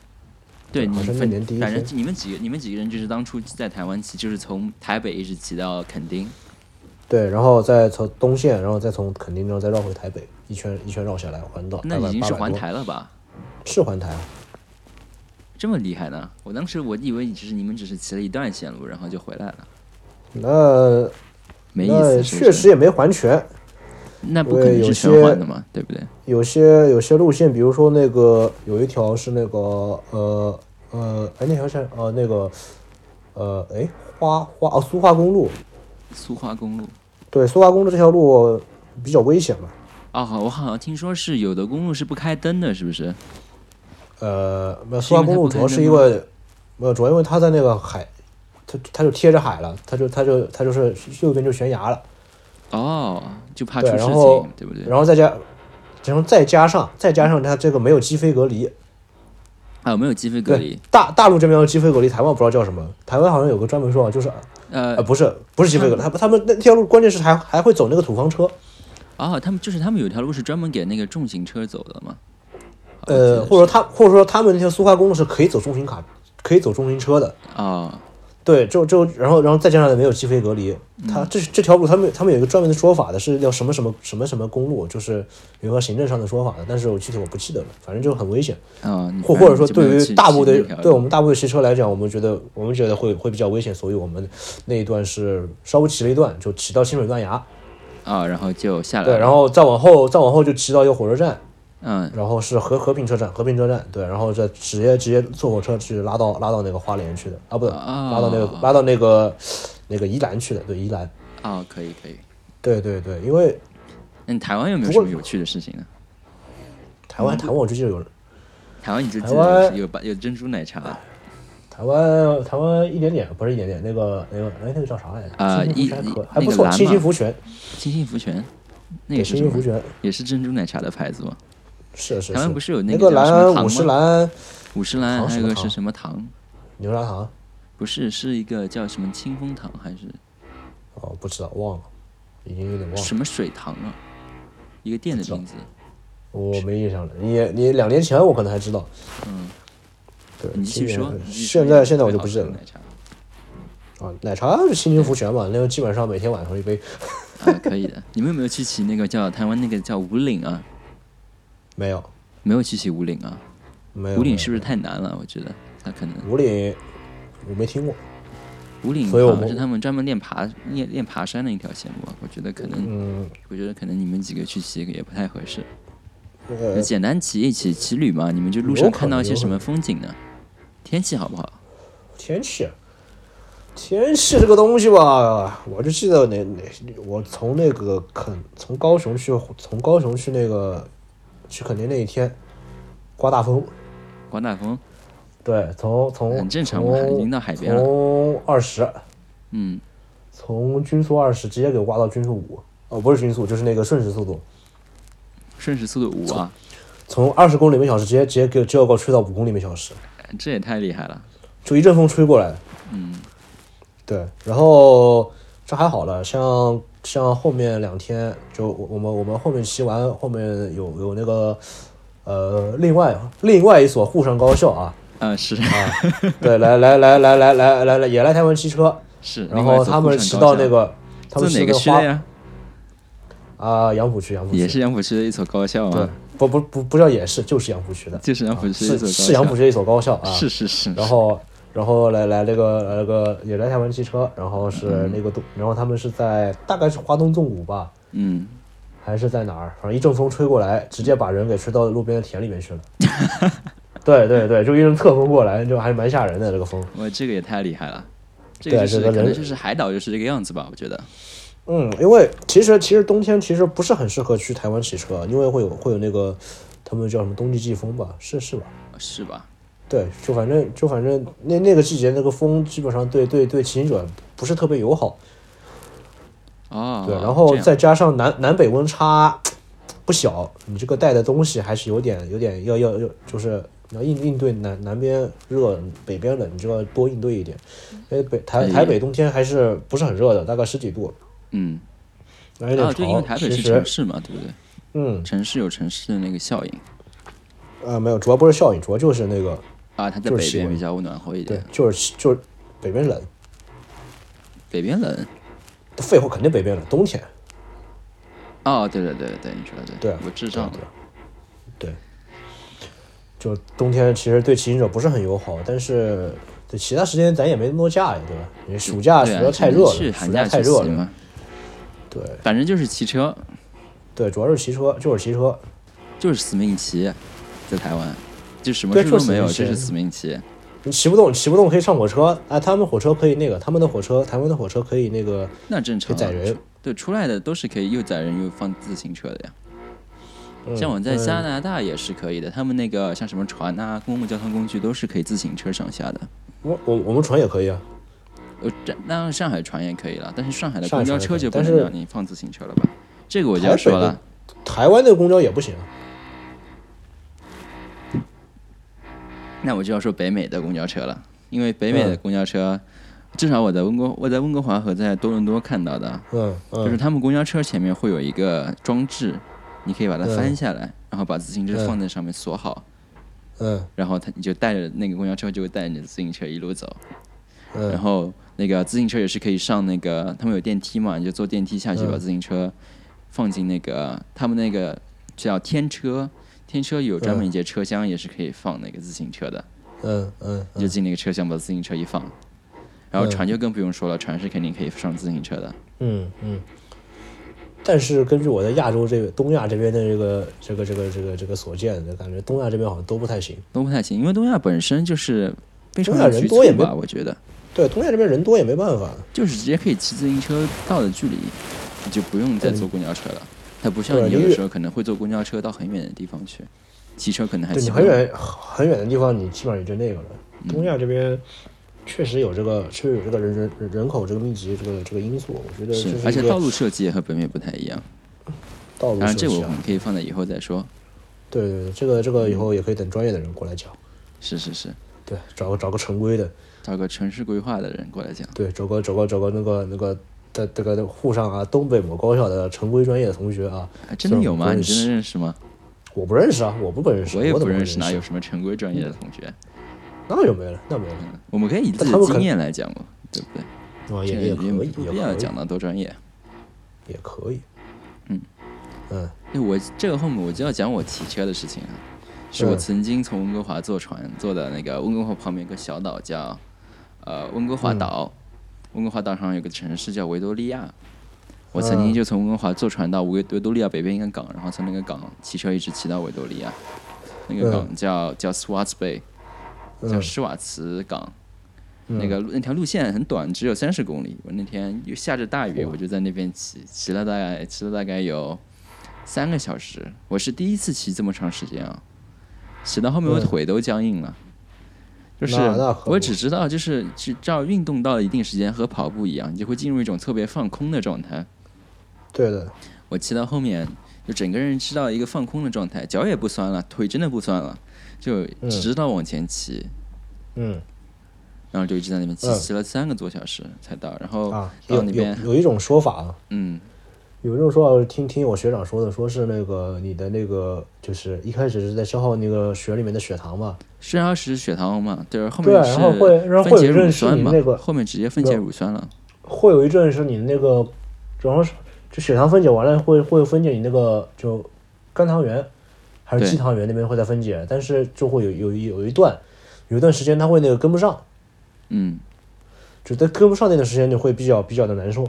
[SPEAKER 1] 对，你
[SPEAKER 2] 好像
[SPEAKER 1] 们
[SPEAKER 2] 那年第一
[SPEAKER 1] 反正
[SPEAKER 2] 天
[SPEAKER 1] 你们几个你们几个人就是当初在台湾骑，就是从台北一直骑到垦丁，
[SPEAKER 2] 对，然后再从东线，然后再从垦丁，然后再绕回台北，一圈一圈绕下来，环岛。
[SPEAKER 1] 那
[SPEAKER 2] 大概
[SPEAKER 1] 已经是
[SPEAKER 2] 800
[SPEAKER 1] 环
[SPEAKER 2] 多，
[SPEAKER 1] 台了吧？
[SPEAKER 2] 是环台。啊
[SPEAKER 1] 这么厉害呢？我当时我以为你只是你们只是骑了一段线路，然后就回来了，
[SPEAKER 2] 那
[SPEAKER 1] 没意
[SPEAKER 2] 那
[SPEAKER 1] 思，是不
[SPEAKER 2] 确
[SPEAKER 1] 是
[SPEAKER 2] 实也没环全，
[SPEAKER 1] 那不
[SPEAKER 2] 因
[SPEAKER 1] 可
[SPEAKER 2] 为
[SPEAKER 1] 能
[SPEAKER 2] 有
[SPEAKER 1] 是全
[SPEAKER 2] 些
[SPEAKER 1] 环的嘛，对不对？
[SPEAKER 2] 有些有些路线，比如说那个有一条是那个呃呃，哎那条线呃那个呃哎花花哦苏花公路，
[SPEAKER 1] 苏花公路，
[SPEAKER 2] 对苏花公路这条路比较危险嘛，
[SPEAKER 1] 哦，好我好像听说是有的公路是不开灯的，是不是？
[SPEAKER 2] 呃，没有
[SPEAKER 1] 是
[SPEAKER 2] 苏
[SPEAKER 1] 因为它
[SPEAKER 2] 花公
[SPEAKER 1] 不
[SPEAKER 2] 路主
[SPEAKER 1] 开
[SPEAKER 2] 要是
[SPEAKER 1] 灯
[SPEAKER 2] 因
[SPEAKER 1] 吗
[SPEAKER 2] 为，没有主要因为它在那个海，它它就贴着海了，它就它就它就是右边就悬崖了，
[SPEAKER 1] 哦，就怕出
[SPEAKER 2] 对
[SPEAKER 1] 事
[SPEAKER 2] 然后
[SPEAKER 1] 情，对不对？
[SPEAKER 2] 然后再加，然后再加上再加上它这个没有机飞隔离，
[SPEAKER 1] 啊，有没有机飞隔
[SPEAKER 2] 对
[SPEAKER 1] 离？
[SPEAKER 2] 大大陆这边的机飞隔离，台湾我不知道叫什么，台湾好像有个专门说法，就是
[SPEAKER 1] 呃
[SPEAKER 2] 呃，不是不是机飞隔离，他他们那条路关键是还还会走那个土方车，
[SPEAKER 1] 哦，他们就是他们有一条路是专门给那个重型车走的嘛？好像记
[SPEAKER 2] 呃，
[SPEAKER 1] 得
[SPEAKER 2] 或者说他或者说他们那条苏花公路是可以走重型卡，可以走重型车的，
[SPEAKER 1] 是哦，
[SPEAKER 2] 对，就就然后然后再加上没有机飞隔离，
[SPEAKER 1] 嗯
[SPEAKER 2] 它这这条路他们他们有一个专门的说法的，是叫什么什么什么什么公路，就是有个行政上的说法的，但是我具体我不记得了，反正就很危险，
[SPEAKER 1] 啊，你
[SPEAKER 2] 或
[SPEAKER 1] 反
[SPEAKER 2] 或者
[SPEAKER 1] 正
[SPEAKER 2] 说
[SPEAKER 1] 就没
[SPEAKER 2] 对
[SPEAKER 1] 有
[SPEAKER 2] 于
[SPEAKER 1] 去
[SPEAKER 2] 大部
[SPEAKER 1] 骑
[SPEAKER 2] 队
[SPEAKER 1] 那条
[SPEAKER 2] 对
[SPEAKER 1] 路
[SPEAKER 2] 我们大部队骑车来讲，我们觉得我们觉得会会比较危险，所以我们那一段是稍微骑了一段，就骑到清水断崖，
[SPEAKER 1] 啊，然后就下来了，
[SPEAKER 2] 对，然后再往后再往后就骑到一个火车站，
[SPEAKER 1] 嗯，
[SPEAKER 2] 然后是和和平车站，和平车站对，然后再直接直接坐火车去拉到拉到那个花莲去的啊，不，拉到那个拉到那个那个宜兰去的，对宜兰。
[SPEAKER 1] 哦，可以可以。
[SPEAKER 2] 对对对，因为
[SPEAKER 1] 那台湾有没有
[SPEAKER 2] 不
[SPEAKER 1] 什
[SPEAKER 2] 过
[SPEAKER 1] 么有趣的事情呢？
[SPEAKER 2] 台
[SPEAKER 1] 嗯
[SPEAKER 2] 湾台湾我就记得有人，
[SPEAKER 1] 台湾你就记
[SPEAKER 2] 台
[SPEAKER 1] 得
[SPEAKER 2] 湾
[SPEAKER 1] 有有把有珍珠奶茶啊、
[SPEAKER 2] 台湾台湾一点点不是一点点，那个那个哎那个叫啥来着？
[SPEAKER 1] 呃
[SPEAKER 2] 清
[SPEAKER 1] 一
[SPEAKER 2] 心福泉还可
[SPEAKER 1] 一
[SPEAKER 2] 还
[SPEAKER 1] 那
[SPEAKER 2] 不
[SPEAKER 1] 个
[SPEAKER 2] 错，
[SPEAKER 1] 蓝
[SPEAKER 2] 清
[SPEAKER 1] 嘛
[SPEAKER 2] 心福泉，
[SPEAKER 1] 清新福泉，那
[SPEAKER 2] 对，
[SPEAKER 1] 个是
[SPEAKER 2] 清
[SPEAKER 1] 什
[SPEAKER 2] 心
[SPEAKER 1] 么
[SPEAKER 2] 福？泉
[SPEAKER 1] 也是珍珠奶茶的牌子吗？
[SPEAKER 2] 是是
[SPEAKER 1] 台湾
[SPEAKER 2] 是，
[SPEAKER 1] 不是有
[SPEAKER 2] 那
[SPEAKER 1] 个叫
[SPEAKER 2] 个蓝
[SPEAKER 1] 什么
[SPEAKER 2] 安
[SPEAKER 1] 糖
[SPEAKER 2] 五十
[SPEAKER 1] 吗？
[SPEAKER 2] 岚
[SPEAKER 1] 五十岚，
[SPEAKER 2] 糖
[SPEAKER 1] 还
[SPEAKER 2] 什
[SPEAKER 1] 有
[SPEAKER 2] 么
[SPEAKER 1] 个是
[SPEAKER 2] 糖
[SPEAKER 1] 什么糖？
[SPEAKER 2] 牛轧糖
[SPEAKER 1] 不是，是一个叫什么清风糖还是
[SPEAKER 2] 哦，不知道忘了，已经有点忘了，
[SPEAKER 1] 什么水糖啊？一个店的名字。
[SPEAKER 2] 我没印象了。你你两年前我可能还知道，
[SPEAKER 1] 嗯，
[SPEAKER 2] 对，
[SPEAKER 1] 你继续
[SPEAKER 2] 清
[SPEAKER 1] 说。
[SPEAKER 2] 心
[SPEAKER 1] 你继续
[SPEAKER 2] 现
[SPEAKER 1] 说
[SPEAKER 2] 在现在我就
[SPEAKER 1] 好
[SPEAKER 2] 不记
[SPEAKER 1] 喝
[SPEAKER 2] 得
[SPEAKER 1] 的
[SPEAKER 2] 了
[SPEAKER 1] 奶茶
[SPEAKER 2] 啊，奶茶是清心福泉嘛，那个基本上每天晚上一杯，
[SPEAKER 1] 啊，可以的。你们有没有去骑那个叫台湾那个叫五岭啊？
[SPEAKER 2] 没有
[SPEAKER 1] 没有去骑五岭啊？
[SPEAKER 2] 没有。
[SPEAKER 1] 五岭
[SPEAKER 2] 没有
[SPEAKER 1] 是不是太难了？我觉得它可能
[SPEAKER 2] 五岭？我没听过，
[SPEAKER 1] 五岭
[SPEAKER 2] 所以我
[SPEAKER 1] 好像
[SPEAKER 2] 们
[SPEAKER 1] 是他们专门练爬练练爬山的一条线路啊。我觉得可能，
[SPEAKER 2] 嗯，
[SPEAKER 1] 我觉得可能你们几个去骑也不太合适。
[SPEAKER 2] 呃，
[SPEAKER 1] 简单骑一骑，骑旅嘛，你们就路
[SPEAKER 2] 有
[SPEAKER 1] 上
[SPEAKER 2] 可
[SPEAKER 1] 看到一
[SPEAKER 2] 能
[SPEAKER 1] 些
[SPEAKER 2] 有
[SPEAKER 1] 什
[SPEAKER 2] 可
[SPEAKER 1] 么风景呢？天气好不好？
[SPEAKER 2] 天气，天气这个东西吧，我就记得哪哪，我从那个肯从高雄去从高雄去那个去垦丁那一天，刮大风，
[SPEAKER 1] 刮大风，
[SPEAKER 2] 对，从从
[SPEAKER 1] 很正常嘛，
[SPEAKER 2] 从
[SPEAKER 1] 已经到海边了。
[SPEAKER 2] 从二十，
[SPEAKER 1] 嗯，
[SPEAKER 2] 从均速二十直接给我刮到均速五，哦，不是均速，就是那个瞬时速度，
[SPEAKER 1] 瞬时速度五啊，
[SPEAKER 2] 从二十公里每小时直接直接给直接给我吹到五公里每小时，
[SPEAKER 1] 这也太厉害了。
[SPEAKER 2] 就一阵风吹过来。
[SPEAKER 1] 嗯，
[SPEAKER 2] 对，然后这还好了，像像后面两天就我我们我们后面骑完，后面有有那个呃另外另外一所沪上高校 啊
[SPEAKER 1] 啊是
[SPEAKER 2] 啊，对，来来来来来来来来也来台湾骑车，
[SPEAKER 1] 是。
[SPEAKER 2] 然
[SPEAKER 1] 另外一
[SPEAKER 2] 后
[SPEAKER 1] 所
[SPEAKER 2] 他们
[SPEAKER 1] 沪上
[SPEAKER 2] 骑
[SPEAKER 1] 高
[SPEAKER 2] 到
[SPEAKER 1] 校
[SPEAKER 2] 那个他们
[SPEAKER 1] 这
[SPEAKER 2] 骑
[SPEAKER 1] 哪
[SPEAKER 2] 那
[SPEAKER 1] 个
[SPEAKER 2] 个
[SPEAKER 1] 区的
[SPEAKER 2] 花
[SPEAKER 1] 呀？
[SPEAKER 2] 啊杨浦区杨浦
[SPEAKER 1] 也
[SPEAKER 2] 区，
[SPEAKER 1] 是杨浦区的一所高校
[SPEAKER 2] 对
[SPEAKER 1] 吗？，
[SPEAKER 2] 不不不不叫也是，就是杨浦区的，
[SPEAKER 1] 嗯就是杨浦区的一
[SPEAKER 2] 是
[SPEAKER 1] 所高校。
[SPEAKER 2] 是杨浦区的一所高校啊，
[SPEAKER 1] 是是是。
[SPEAKER 2] 然后然后来来那个来那个也来台湾骑车，然后是那个东，然后他们是在大概是华东纵谷吧，
[SPEAKER 1] 嗯，
[SPEAKER 2] 还是在哪儿？反正一阵风吹过来，直接把人给吹到路边的田里 面去了。对对对，就一阵侧风过来，就还蛮吓人的这个风。
[SPEAKER 1] 我这个也太厉害了。这
[SPEAKER 2] 对
[SPEAKER 1] 个
[SPEAKER 2] 啊
[SPEAKER 1] 就是
[SPEAKER 2] 这个
[SPEAKER 1] 可能
[SPEAKER 2] 人
[SPEAKER 1] 就是海岛就是这个样子吧，我觉得。
[SPEAKER 2] 嗯，因为其实其实冬天其实不是很适合去台湾骑车，因为会有会有那个他们叫什么冬季季风吧，是是吧？
[SPEAKER 1] 是吧？
[SPEAKER 2] 对，就反正就反正那那个季节那个风基本上对对对骑行者不是特别友好。
[SPEAKER 1] 哦，
[SPEAKER 2] 对，然后
[SPEAKER 1] 这样
[SPEAKER 2] 再加上南南北温差不小，你这个带的东西还是有点有点要要要，就是你要应应对南南边热，北边冷，你就要多应对一点。因为北台
[SPEAKER 1] 哎
[SPEAKER 2] 台北冬天还是不是很热的，大概十几度，
[SPEAKER 1] 嗯，
[SPEAKER 2] 然后有
[SPEAKER 1] 啊，
[SPEAKER 2] 点
[SPEAKER 1] 对，因为台
[SPEAKER 2] 潮。
[SPEAKER 1] 北
[SPEAKER 2] 其
[SPEAKER 1] 是城
[SPEAKER 2] 实，
[SPEAKER 1] 市嘛，对不对？
[SPEAKER 2] 嗯
[SPEAKER 1] 城市有城市的那个效应
[SPEAKER 2] 呃，没有，主要不是效应，主要就是那个
[SPEAKER 1] 啊，它在
[SPEAKER 2] 就是
[SPEAKER 1] 北
[SPEAKER 2] 气
[SPEAKER 1] 边
[SPEAKER 2] 温
[SPEAKER 1] 比较暖和一
[SPEAKER 2] 对
[SPEAKER 1] 点，，
[SPEAKER 2] 就是就是北边冷，
[SPEAKER 1] 北边冷。
[SPEAKER 2] 废话肯定北边冷，冬天
[SPEAKER 1] 哦，对对对对对，你说的对，
[SPEAKER 2] 对啊
[SPEAKER 1] 我智障
[SPEAKER 2] 对
[SPEAKER 1] 了
[SPEAKER 2] 啊。对，就冬天其实对骑行者不是很友好，但是对其他时间咱也没那么多假呀，对吧？你暑假暑
[SPEAKER 1] 对啊
[SPEAKER 2] 假太
[SPEAKER 1] 只
[SPEAKER 2] 热
[SPEAKER 1] 能
[SPEAKER 2] 了，
[SPEAKER 1] 去
[SPEAKER 2] 暑
[SPEAKER 1] 寒
[SPEAKER 2] 假
[SPEAKER 1] 假
[SPEAKER 2] 太
[SPEAKER 1] 去
[SPEAKER 2] 热
[SPEAKER 1] 骑
[SPEAKER 2] 了，
[SPEAKER 1] 嘛，
[SPEAKER 2] 对
[SPEAKER 1] 反正就是骑车，
[SPEAKER 2] 对，主要是骑车，就是骑车，
[SPEAKER 1] 就是死命骑，在台湾就什么
[SPEAKER 2] 对
[SPEAKER 1] 事
[SPEAKER 2] 就
[SPEAKER 1] 都
[SPEAKER 2] 是
[SPEAKER 1] 没有，
[SPEAKER 2] 死
[SPEAKER 1] 就
[SPEAKER 2] 命骑
[SPEAKER 1] 是死命骑。
[SPEAKER 2] 你骑不动，骑不动可以上火车啊，他们火车可以那个，他们的火车，台湾的火车可以那个
[SPEAKER 1] 那正常、
[SPEAKER 2] 可以
[SPEAKER 1] 啊。
[SPEAKER 2] 载人，
[SPEAKER 1] 对，出来的都是可以又载人又放自行车的呀。
[SPEAKER 2] 嗯
[SPEAKER 1] 像我在加
[SPEAKER 2] 嗯
[SPEAKER 1] 拿大也是可以的，他们那个像什么船啊、公共交通工具都是可以自行车上下的。
[SPEAKER 2] 我我我们船也可以啊，
[SPEAKER 1] 呃，这那上海船也可以了，但是上海的
[SPEAKER 2] 上
[SPEAKER 1] 公
[SPEAKER 2] 海
[SPEAKER 1] 交
[SPEAKER 2] 船也
[SPEAKER 1] 车
[SPEAKER 2] 可以
[SPEAKER 1] 就不
[SPEAKER 2] 但
[SPEAKER 1] 能
[SPEAKER 2] 是
[SPEAKER 1] 让你放自行车了吧？这个我就
[SPEAKER 2] 台
[SPEAKER 1] 要
[SPEAKER 2] 北
[SPEAKER 1] 说
[SPEAKER 2] 的
[SPEAKER 1] 了，
[SPEAKER 2] 台湾的公交也不行啊，
[SPEAKER 1] 那我就要说北美的公交车了，因为北美
[SPEAKER 2] 嗯
[SPEAKER 1] 的公交车，至少我在温哥我在温哥华和在多伦多看到的，
[SPEAKER 2] 嗯
[SPEAKER 1] 就是
[SPEAKER 2] 嗯，
[SPEAKER 1] 他们公交车前面会有一个装置，你可以把它
[SPEAKER 2] 嗯
[SPEAKER 1] 翻下来，然后把自行车
[SPEAKER 2] 嗯
[SPEAKER 1] 放在上面锁好，
[SPEAKER 2] 嗯
[SPEAKER 1] 然后它你就带着那个公交车就会带着你的自行车一路走，然
[SPEAKER 2] 嗯
[SPEAKER 1] 后那个自行车也是可以上那个，他们有电梯嘛，你就坐电梯下去，
[SPEAKER 2] 嗯
[SPEAKER 1] 把自行车放进那个他们那个叫天车，天车有专门一节车厢，也是可以放那个自行车的，
[SPEAKER 2] 嗯嗯
[SPEAKER 1] 你就进那个车厢把自行车一放，然后
[SPEAKER 2] 嗯
[SPEAKER 1] 船就更不用说了，船是肯定可以上自行车的。
[SPEAKER 2] 嗯嗯，但是根据我在亚洲这个东亚这边的这个这个这个这个这个所见，就感觉东亚这边好像都不太行。
[SPEAKER 1] 都不太行，因为东亚本身就是非常
[SPEAKER 2] 东亚
[SPEAKER 1] 的
[SPEAKER 2] 人
[SPEAKER 1] 局
[SPEAKER 2] 多也
[SPEAKER 1] 促吧，
[SPEAKER 2] 没
[SPEAKER 1] 我觉得
[SPEAKER 2] 对，东亚这边人多也没办法。
[SPEAKER 1] 就是直接可以骑自行车到的距离，你就不用再
[SPEAKER 2] 对
[SPEAKER 1] 坐公交车了。它不像
[SPEAKER 2] 嗯对啊
[SPEAKER 1] 你有
[SPEAKER 2] 因
[SPEAKER 1] 的
[SPEAKER 2] 为
[SPEAKER 1] 时候可能会坐公交车到很远的地方去，骑车可能还
[SPEAKER 2] 对你
[SPEAKER 1] 骑不
[SPEAKER 2] 很
[SPEAKER 1] 动。
[SPEAKER 2] 远很远的地方，你基本上也就那个了。
[SPEAKER 1] 嗯
[SPEAKER 2] 东亚这边确实有这个，确实有这个人人人人口这个密集这个这个因素，我觉得这
[SPEAKER 1] 是，
[SPEAKER 2] 是
[SPEAKER 1] 而
[SPEAKER 2] 一
[SPEAKER 1] 且
[SPEAKER 2] 个
[SPEAKER 1] 道路设计也和北美不太一样。
[SPEAKER 2] 道路
[SPEAKER 1] 当然，
[SPEAKER 2] 设
[SPEAKER 1] 这个
[SPEAKER 2] 计
[SPEAKER 1] 我
[SPEAKER 2] 啊
[SPEAKER 1] 们。可以放在以后再说。
[SPEAKER 2] 对对对，这个这个以后也可以等专业的人过来讲。
[SPEAKER 1] 是是是，
[SPEAKER 2] 对，找个找个常规的，
[SPEAKER 1] 找个城市规划的人过来讲。
[SPEAKER 2] 对，找个找个找个那个那个在这个沪上啊，东北某高校的常规专业的同学啊，
[SPEAKER 1] 哎真的有吗？
[SPEAKER 2] 这种
[SPEAKER 1] 你真
[SPEAKER 2] 东西
[SPEAKER 1] 的认识吗？
[SPEAKER 2] 我不认识啊，我不本认识，
[SPEAKER 1] 我也
[SPEAKER 2] 怎
[SPEAKER 1] 不
[SPEAKER 2] 么会
[SPEAKER 1] 认
[SPEAKER 2] 认
[SPEAKER 1] 识，哪有？什么常规专业的同学？
[SPEAKER 2] 那就没了，那没了，
[SPEAKER 1] 嗯，我们可以以自
[SPEAKER 2] 但
[SPEAKER 1] 己
[SPEAKER 2] 他
[SPEAKER 1] 的
[SPEAKER 2] 们可
[SPEAKER 1] 经验来讲嘛，对不对？
[SPEAKER 2] 啊，
[SPEAKER 1] 这个
[SPEAKER 2] 也也
[SPEAKER 1] 已
[SPEAKER 2] 可
[SPEAKER 1] 经
[SPEAKER 2] 以，
[SPEAKER 1] 不
[SPEAKER 2] 也
[SPEAKER 1] 必
[SPEAKER 2] 可
[SPEAKER 1] 要
[SPEAKER 2] 以，
[SPEAKER 1] 讲到多专业。
[SPEAKER 2] 也可以，
[SPEAKER 1] 嗯
[SPEAKER 2] 嗯
[SPEAKER 1] 对哎我这个后面我就要讲我骑车的事情了，啊是我
[SPEAKER 2] 嗯
[SPEAKER 1] 曾经从温哥华坐船坐的那个温哥华旁边有个小岛叫呃温哥华岛，
[SPEAKER 2] 嗯
[SPEAKER 1] 温哥华岛上有个城市叫维多利亚，我曾经
[SPEAKER 2] 嗯
[SPEAKER 1] 就从温哥华坐船到维维多利亚北边一个港，然后从那个港骑车一直骑到维多利亚，那个
[SPEAKER 2] 嗯
[SPEAKER 1] 港叫叫 Swartz Bay，叫
[SPEAKER 2] 嗯
[SPEAKER 1] 施瓦茨港，那个路那条路线很短，只有三十公里。我那天又下着大雨，我就在那边骑，骑了大概骑了大概有三个小时。我是第一次骑这么长时间啊，骑到后面我
[SPEAKER 2] 嗯
[SPEAKER 1] 腿都僵硬了。就是
[SPEAKER 2] 那那可
[SPEAKER 1] 我
[SPEAKER 2] 不
[SPEAKER 1] 只知道，就是只照运动到一定时间和跑步一样，你就会进入一种特别放空的状态。
[SPEAKER 2] 对的，
[SPEAKER 1] 我骑到后面，就整个人知道一个放空的状态，脚也不酸了，腿真的不酸了，就
[SPEAKER 2] 嗯
[SPEAKER 1] 只知道往前骑，
[SPEAKER 2] 嗯
[SPEAKER 1] 然后就一直在那边骑，
[SPEAKER 2] 嗯
[SPEAKER 1] 骑了三个多小时才到，然后
[SPEAKER 2] 啊，
[SPEAKER 1] 哦到
[SPEAKER 2] 有
[SPEAKER 1] 那
[SPEAKER 2] 有
[SPEAKER 1] 边，
[SPEAKER 2] 有一种说法啊，
[SPEAKER 1] 嗯
[SPEAKER 2] 有一种说法是听听我学长说的，说是那个你的那个就是一开始是在消耗那个血里面的血糖嘛，
[SPEAKER 1] 是要是血糖嘛，就是后
[SPEAKER 2] 对
[SPEAKER 1] 面
[SPEAKER 2] 啊
[SPEAKER 1] 是
[SPEAKER 2] 然后会然后
[SPEAKER 1] 分
[SPEAKER 2] 会
[SPEAKER 1] 解
[SPEAKER 2] 有认
[SPEAKER 1] 乳
[SPEAKER 2] 识
[SPEAKER 1] 酸
[SPEAKER 2] 你
[SPEAKER 1] 嘛
[SPEAKER 2] 那，个
[SPEAKER 1] 后面直接分解乳酸了，
[SPEAKER 2] 会有一阵是你的那个，然后是就血糖分解完了会会分解你那个就肝糖原还是
[SPEAKER 1] 对
[SPEAKER 2] 肌糖原那边会再分解，但是就会有有一有一段有一段时间它会那个跟不上，
[SPEAKER 1] 嗯，
[SPEAKER 2] 就在跟不上那段时间就会比较比较的难受，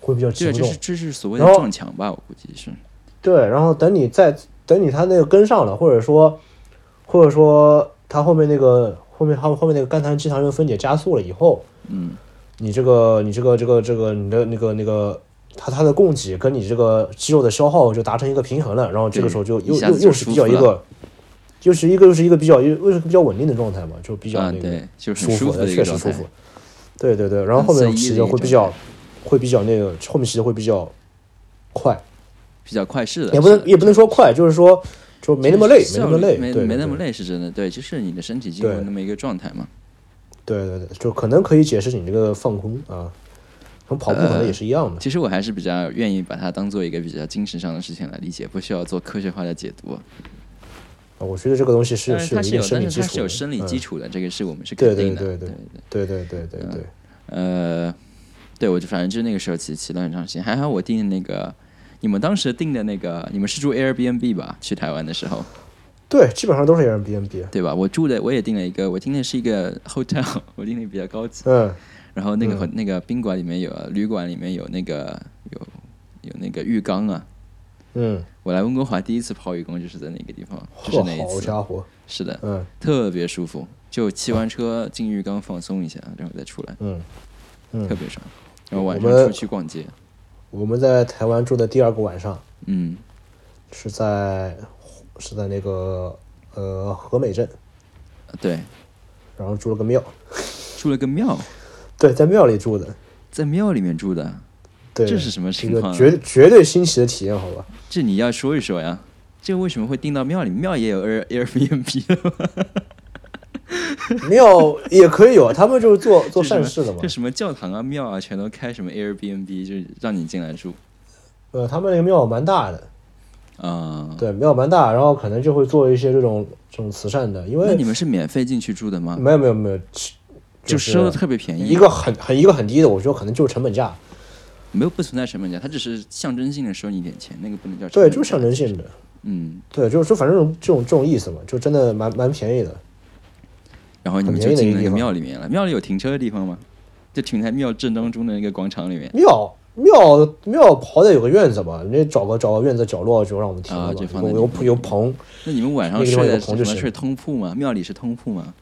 [SPEAKER 2] 会比较
[SPEAKER 1] 这
[SPEAKER 2] 骑不
[SPEAKER 1] 就
[SPEAKER 2] 动
[SPEAKER 1] 是。这是所谓的
[SPEAKER 2] 然后
[SPEAKER 1] 撞墙吧，我估计是，
[SPEAKER 2] 对，然后等你再等你它那个跟上了，或者说或者说它后面那个后面它后面那个肝糖肌糖原分解加速了以后，
[SPEAKER 1] 嗯
[SPEAKER 2] 你这个你这个这个这个你的那个那个它它的供给跟你这个肌肉的消耗就达成一个平衡了，然后这个时候就
[SPEAKER 1] 对
[SPEAKER 2] 又
[SPEAKER 1] 一下
[SPEAKER 2] 又
[SPEAKER 1] 子就
[SPEAKER 2] 又是比较一
[SPEAKER 1] 舒服
[SPEAKER 2] 个，又是一个又是一个比较又又是一个比较稳定的状态嘛，就比较
[SPEAKER 1] 啊
[SPEAKER 2] 那个
[SPEAKER 1] 对，就是
[SPEAKER 2] 舒
[SPEAKER 1] 很舒
[SPEAKER 2] 服
[SPEAKER 1] 服
[SPEAKER 2] 的，
[SPEAKER 1] 的一
[SPEAKER 2] 确
[SPEAKER 1] 个
[SPEAKER 2] 实
[SPEAKER 1] 状
[SPEAKER 2] 舒
[SPEAKER 1] 态，
[SPEAKER 2] 服。对对对，然后后
[SPEAKER 1] 很
[SPEAKER 2] 面
[SPEAKER 1] 随意的
[SPEAKER 2] 骑
[SPEAKER 1] 一个
[SPEAKER 2] 的会比
[SPEAKER 1] 状
[SPEAKER 2] 较会比较那个，后面骑的会比较快，
[SPEAKER 1] 比较快适的，
[SPEAKER 2] 也不
[SPEAKER 1] 是
[SPEAKER 2] 能
[SPEAKER 1] 的
[SPEAKER 2] 也不能说快，就是说就没那么累，没
[SPEAKER 1] 效
[SPEAKER 2] 那
[SPEAKER 1] 率
[SPEAKER 2] 么累，
[SPEAKER 1] 没
[SPEAKER 2] 对
[SPEAKER 1] 没那
[SPEAKER 2] 对
[SPEAKER 1] 么累是真的，对，就是你的身体进入
[SPEAKER 2] 对
[SPEAKER 1] 那么一个状态嘛，
[SPEAKER 2] 对对对，就可能可以解释你这个放空啊，从跑步可能也是一样的。
[SPEAKER 1] 其实我还是比较愿意把它当做一个比较精神上的事情来理解，不需要做科学化的解读。
[SPEAKER 2] 啊我觉得这个东西是
[SPEAKER 1] 但
[SPEAKER 2] 是
[SPEAKER 1] 它
[SPEAKER 2] 有一
[SPEAKER 1] 是有
[SPEAKER 2] 定，生
[SPEAKER 1] 但
[SPEAKER 2] 理
[SPEAKER 1] 是
[SPEAKER 2] 基
[SPEAKER 1] 它
[SPEAKER 2] 础的，
[SPEAKER 1] 是有生理基
[SPEAKER 2] 嗯
[SPEAKER 1] 础的，嗯这个是我们是
[SPEAKER 2] 对
[SPEAKER 1] 肯定的。
[SPEAKER 2] 对对
[SPEAKER 1] 对
[SPEAKER 2] 对对对对对对，
[SPEAKER 1] 呃，对我就反正就是那个时候骑骑了很长时间，还好我订的那个，你们当时订的那个，你们是住 Airbnb 吧？去台湾的时候，
[SPEAKER 2] 对，基本上都是 Airbnb。
[SPEAKER 1] 对吧？我住的我也订了一个，我订的是一个 hotel，我 订的比较高级。
[SPEAKER 2] 嗯，
[SPEAKER 1] 然后那个、那个宾馆里面有旅馆里面有那个有有那个浴缸啊。
[SPEAKER 2] 嗯，
[SPEAKER 1] 我来温哥华第一次泡浴缸就是在那个地方，就是
[SPEAKER 2] 嚯，
[SPEAKER 1] 那一
[SPEAKER 2] 好
[SPEAKER 1] 次，
[SPEAKER 2] 家伙，
[SPEAKER 1] 是的，
[SPEAKER 2] 嗯
[SPEAKER 1] 特别舒服。就骑完车进浴缸放松一下，然后再出来，
[SPEAKER 2] 嗯
[SPEAKER 1] 特
[SPEAKER 2] 嗯，
[SPEAKER 1] 别爽。然后晚
[SPEAKER 2] 我
[SPEAKER 1] 上
[SPEAKER 2] 们
[SPEAKER 1] 出去逛街，
[SPEAKER 2] 我们在台湾住的第二个晚上
[SPEAKER 1] 嗯，
[SPEAKER 2] 是在是在那个呃和美镇，
[SPEAKER 1] 对，
[SPEAKER 2] 然后住了个庙，
[SPEAKER 1] 住了个庙，
[SPEAKER 2] 对，在庙里住的，
[SPEAKER 1] 在庙里面住的，
[SPEAKER 2] 对，
[SPEAKER 1] 这是什么
[SPEAKER 2] 一
[SPEAKER 1] 情
[SPEAKER 2] 个
[SPEAKER 1] 况啊？
[SPEAKER 2] 绝绝对新奇的体验，好吧？
[SPEAKER 1] 这你要说一说呀，这为什么会订到庙里？庙也有 Air Airbnb 的吗？
[SPEAKER 2] 庙也可以有，他们就 是做做善事的嘛
[SPEAKER 1] 这。什么教堂啊、庙啊，全都开什么 Airbnb，就是让你进来住
[SPEAKER 2] 呃，他们那个庙蛮大的，
[SPEAKER 1] 啊。
[SPEAKER 2] 对，庙蛮大，然后可能就会做一些这种这种慈善的，因
[SPEAKER 1] 那
[SPEAKER 2] 为
[SPEAKER 1] 你们是免费进去住的吗？
[SPEAKER 2] 没有没有没有，
[SPEAKER 1] 就是收的特别便宜，
[SPEAKER 2] 嗯一个很很一个很低的，我觉得可能就是成本价，
[SPEAKER 1] 没有不存在成本价，它只是象征性的收你一点钱，那个不能叫成
[SPEAKER 2] 对，
[SPEAKER 1] 本价
[SPEAKER 2] 就是象征性的，
[SPEAKER 1] 嗯，
[SPEAKER 2] 对，就就反正这种这种这种意思嘛，就真的蛮蛮便宜的，
[SPEAKER 1] 然后你们
[SPEAKER 2] 很
[SPEAKER 1] 就
[SPEAKER 2] 便宜的
[SPEAKER 1] 进
[SPEAKER 2] 一个
[SPEAKER 1] 那
[SPEAKER 2] 地
[SPEAKER 1] 个
[SPEAKER 2] 方
[SPEAKER 1] 庙里面了。庙里有停车的地方吗？就停在庙正当中的那个广场里面
[SPEAKER 2] 庙。庙庙好歹有个院子嘛，你得找个找个院子角落就让我们停
[SPEAKER 1] 啊
[SPEAKER 2] 了
[SPEAKER 1] 就
[SPEAKER 2] 嘛
[SPEAKER 1] 放在。
[SPEAKER 2] 有有
[SPEAKER 1] 那边
[SPEAKER 2] 有棚，
[SPEAKER 1] 那你们晚上
[SPEAKER 2] 那个地方
[SPEAKER 1] 睡
[SPEAKER 2] 有
[SPEAKER 1] 的
[SPEAKER 2] 个
[SPEAKER 1] 是
[SPEAKER 2] 棚
[SPEAKER 1] 什
[SPEAKER 2] 就
[SPEAKER 1] 么？
[SPEAKER 2] 行
[SPEAKER 1] 睡通铺吗？庙里是通铺吗？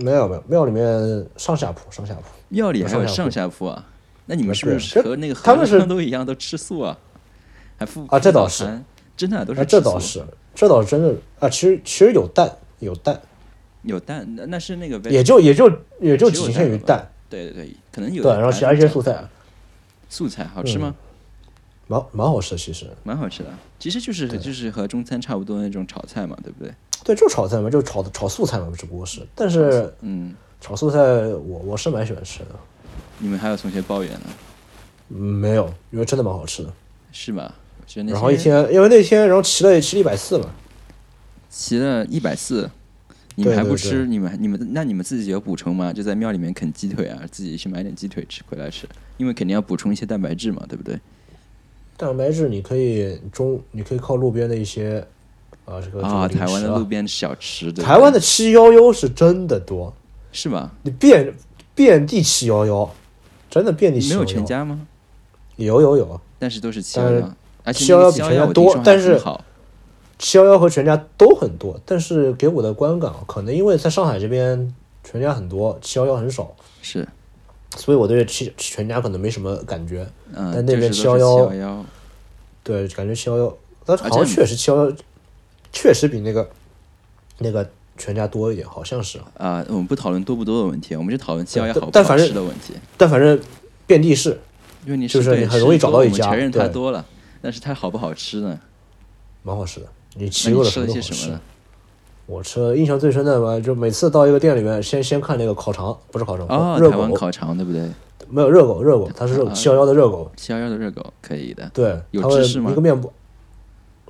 [SPEAKER 2] 没有没有，庙里面上下铺上下铺，
[SPEAKER 1] 庙里还有
[SPEAKER 2] 有上
[SPEAKER 1] 上下铺啊？那你们是不
[SPEAKER 2] 对
[SPEAKER 1] 是
[SPEAKER 2] 这
[SPEAKER 1] 和那个
[SPEAKER 2] 他
[SPEAKER 1] 和
[SPEAKER 2] 们
[SPEAKER 1] 尚
[SPEAKER 2] 是
[SPEAKER 1] 都一样，都吃素啊？还付
[SPEAKER 2] 啊这倒，
[SPEAKER 1] 付早餐真的啊都是
[SPEAKER 2] 哎，
[SPEAKER 1] 吃素、
[SPEAKER 2] 这倒是，这倒是真的啊。其实其实有蛋，有蛋，
[SPEAKER 1] 有蛋，那那是那个 veg-
[SPEAKER 2] 也就也就也就
[SPEAKER 1] 只有
[SPEAKER 2] 仅限于
[SPEAKER 1] 蛋吧
[SPEAKER 2] 蛋，
[SPEAKER 1] 对对对，可能有
[SPEAKER 2] 对，
[SPEAKER 1] 的
[SPEAKER 2] 然后
[SPEAKER 1] 还
[SPEAKER 2] 其他一
[SPEAKER 1] 是
[SPEAKER 2] 些
[SPEAKER 1] 炒
[SPEAKER 2] 素嗯
[SPEAKER 1] 菜
[SPEAKER 2] 菜
[SPEAKER 1] 啊，素菜好吃吗？
[SPEAKER 2] 蛮蛮好吃的。其实，
[SPEAKER 1] 蛮好吃的，啊其实就是就是和中餐差不多那种炒菜嘛，对不对？
[SPEAKER 2] 对，就炒菜嘛，就炒炒素菜嘛，只不过是。但是
[SPEAKER 1] 嗯，
[SPEAKER 2] 炒素菜我，我是蛮喜欢吃的。
[SPEAKER 1] 你们还有同学抱怨呢，
[SPEAKER 2] 嗯没有，因为真的蛮好吃的。
[SPEAKER 1] 是吧？我觉得那
[SPEAKER 2] 然后一
[SPEAKER 1] 些
[SPEAKER 2] 天，因为那天然后骑了骑了一百四嘛，
[SPEAKER 1] 骑了一百四，你们
[SPEAKER 2] 对
[SPEAKER 1] 还不
[SPEAKER 2] 对
[SPEAKER 1] 吃？
[SPEAKER 2] 对
[SPEAKER 1] 你们你们那你们自己有补充吗？就在庙里面啃鸡腿啊，自己去买点鸡腿吃回来吃，因为肯定要补充一些蛋白质嘛，对不对？
[SPEAKER 2] 蛋白质你可以中，你可以靠路边的一些啊这个这
[SPEAKER 1] 啊，
[SPEAKER 2] 个零食
[SPEAKER 1] 台湾的
[SPEAKER 2] 啊
[SPEAKER 1] 路边小吃，对不对
[SPEAKER 2] 台湾的七幺幺是真的多，
[SPEAKER 1] 是吧？
[SPEAKER 2] 你遍遍地七幺幺，真的遍地七
[SPEAKER 1] 没
[SPEAKER 2] 幺幺。
[SPEAKER 1] 有全家吗？
[SPEAKER 2] 有有有，
[SPEAKER 1] 但是都是七
[SPEAKER 2] 但
[SPEAKER 1] 幺
[SPEAKER 2] 是
[SPEAKER 1] 幺，而且
[SPEAKER 2] 711
[SPEAKER 1] 那个711我听
[SPEAKER 2] 比全家多
[SPEAKER 1] 说还
[SPEAKER 2] 但是
[SPEAKER 1] 很好，
[SPEAKER 2] 七幺幺和全家都很多，但是给我的观感，可能因为在上海这边全家很多，七幺幺很少。
[SPEAKER 1] 是，
[SPEAKER 2] 所以我对七全家可能没什么感觉。
[SPEAKER 1] 嗯，
[SPEAKER 2] 但那
[SPEAKER 1] 就
[SPEAKER 2] 边
[SPEAKER 1] 是都是
[SPEAKER 2] 711
[SPEAKER 1] 711
[SPEAKER 2] 对，感觉七幺幺，但是
[SPEAKER 1] 啊
[SPEAKER 2] 好
[SPEAKER 1] 这
[SPEAKER 2] 像
[SPEAKER 1] 样
[SPEAKER 2] 确实七幺幺确实比那个那个全家多一点，好像是。
[SPEAKER 1] 啊、我们不讨论多不多的问题，我们就讨论七幺幺
[SPEAKER 2] 对
[SPEAKER 1] 好不
[SPEAKER 2] 但反
[SPEAKER 1] 好
[SPEAKER 2] 正
[SPEAKER 1] 吃的问题。
[SPEAKER 2] 但反正遍地是，
[SPEAKER 1] 因为你
[SPEAKER 2] 就是
[SPEAKER 1] 对
[SPEAKER 2] 你很
[SPEAKER 1] 吃
[SPEAKER 2] 容易
[SPEAKER 1] 多
[SPEAKER 2] 找到一
[SPEAKER 1] 我们
[SPEAKER 2] 家
[SPEAKER 1] 承认它
[SPEAKER 2] 对
[SPEAKER 1] 多了，但是它好不好吃呢？
[SPEAKER 2] 蛮好吃的。你
[SPEAKER 1] 那
[SPEAKER 2] 吃
[SPEAKER 1] 你
[SPEAKER 2] 过的
[SPEAKER 1] 吃了
[SPEAKER 2] 么都好
[SPEAKER 1] 些什
[SPEAKER 2] 吃
[SPEAKER 1] 么呢？？
[SPEAKER 2] 我吃了印象最深的嘛，就每次到一个店里面，先先看那个烤肠，不是烤肠，
[SPEAKER 1] 哦，
[SPEAKER 2] 热
[SPEAKER 1] 台湾
[SPEAKER 2] 狗，
[SPEAKER 1] 烤肠对不对？
[SPEAKER 2] 没有热狗，热狗，它是热
[SPEAKER 1] 啊
[SPEAKER 2] 七幺幺的热狗，
[SPEAKER 1] 七幺幺的热狗可以的，
[SPEAKER 2] 对，
[SPEAKER 1] 有
[SPEAKER 2] 它
[SPEAKER 1] 芝
[SPEAKER 2] 会
[SPEAKER 1] 士吗
[SPEAKER 2] 一个面包，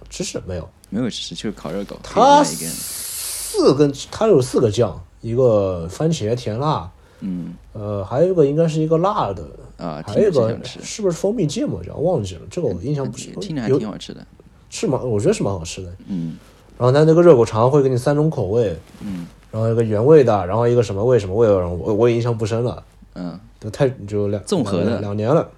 [SPEAKER 2] 芝士没有，
[SPEAKER 1] 没有吃就是烤热狗，可以
[SPEAKER 2] 它
[SPEAKER 1] 来一根，
[SPEAKER 2] 四个，它有四个酱，一个番茄甜辣，
[SPEAKER 1] 嗯
[SPEAKER 2] 呃，还有一个应该是一个辣的，
[SPEAKER 1] 啊，听
[SPEAKER 2] 还有
[SPEAKER 1] 着挺
[SPEAKER 2] 一个
[SPEAKER 1] 想吃，
[SPEAKER 2] 是不是蜂蜜芥末酱？忘记了，这个我印象不深。
[SPEAKER 1] 听着还
[SPEAKER 2] 有
[SPEAKER 1] 挺好吃的，
[SPEAKER 2] 是蛮，我觉得是蛮好吃的。
[SPEAKER 1] 嗯
[SPEAKER 2] 然后它那个热狗肠会给你三种口味，
[SPEAKER 1] 嗯
[SPEAKER 2] 然后一个原味的，然后一个什么味什么味，然后我我也印象不深了，
[SPEAKER 1] 嗯，
[SPEAKER 2] 都太就两
[SPEAKER 1] 综合的
[SPEAKER 2] 两两年了，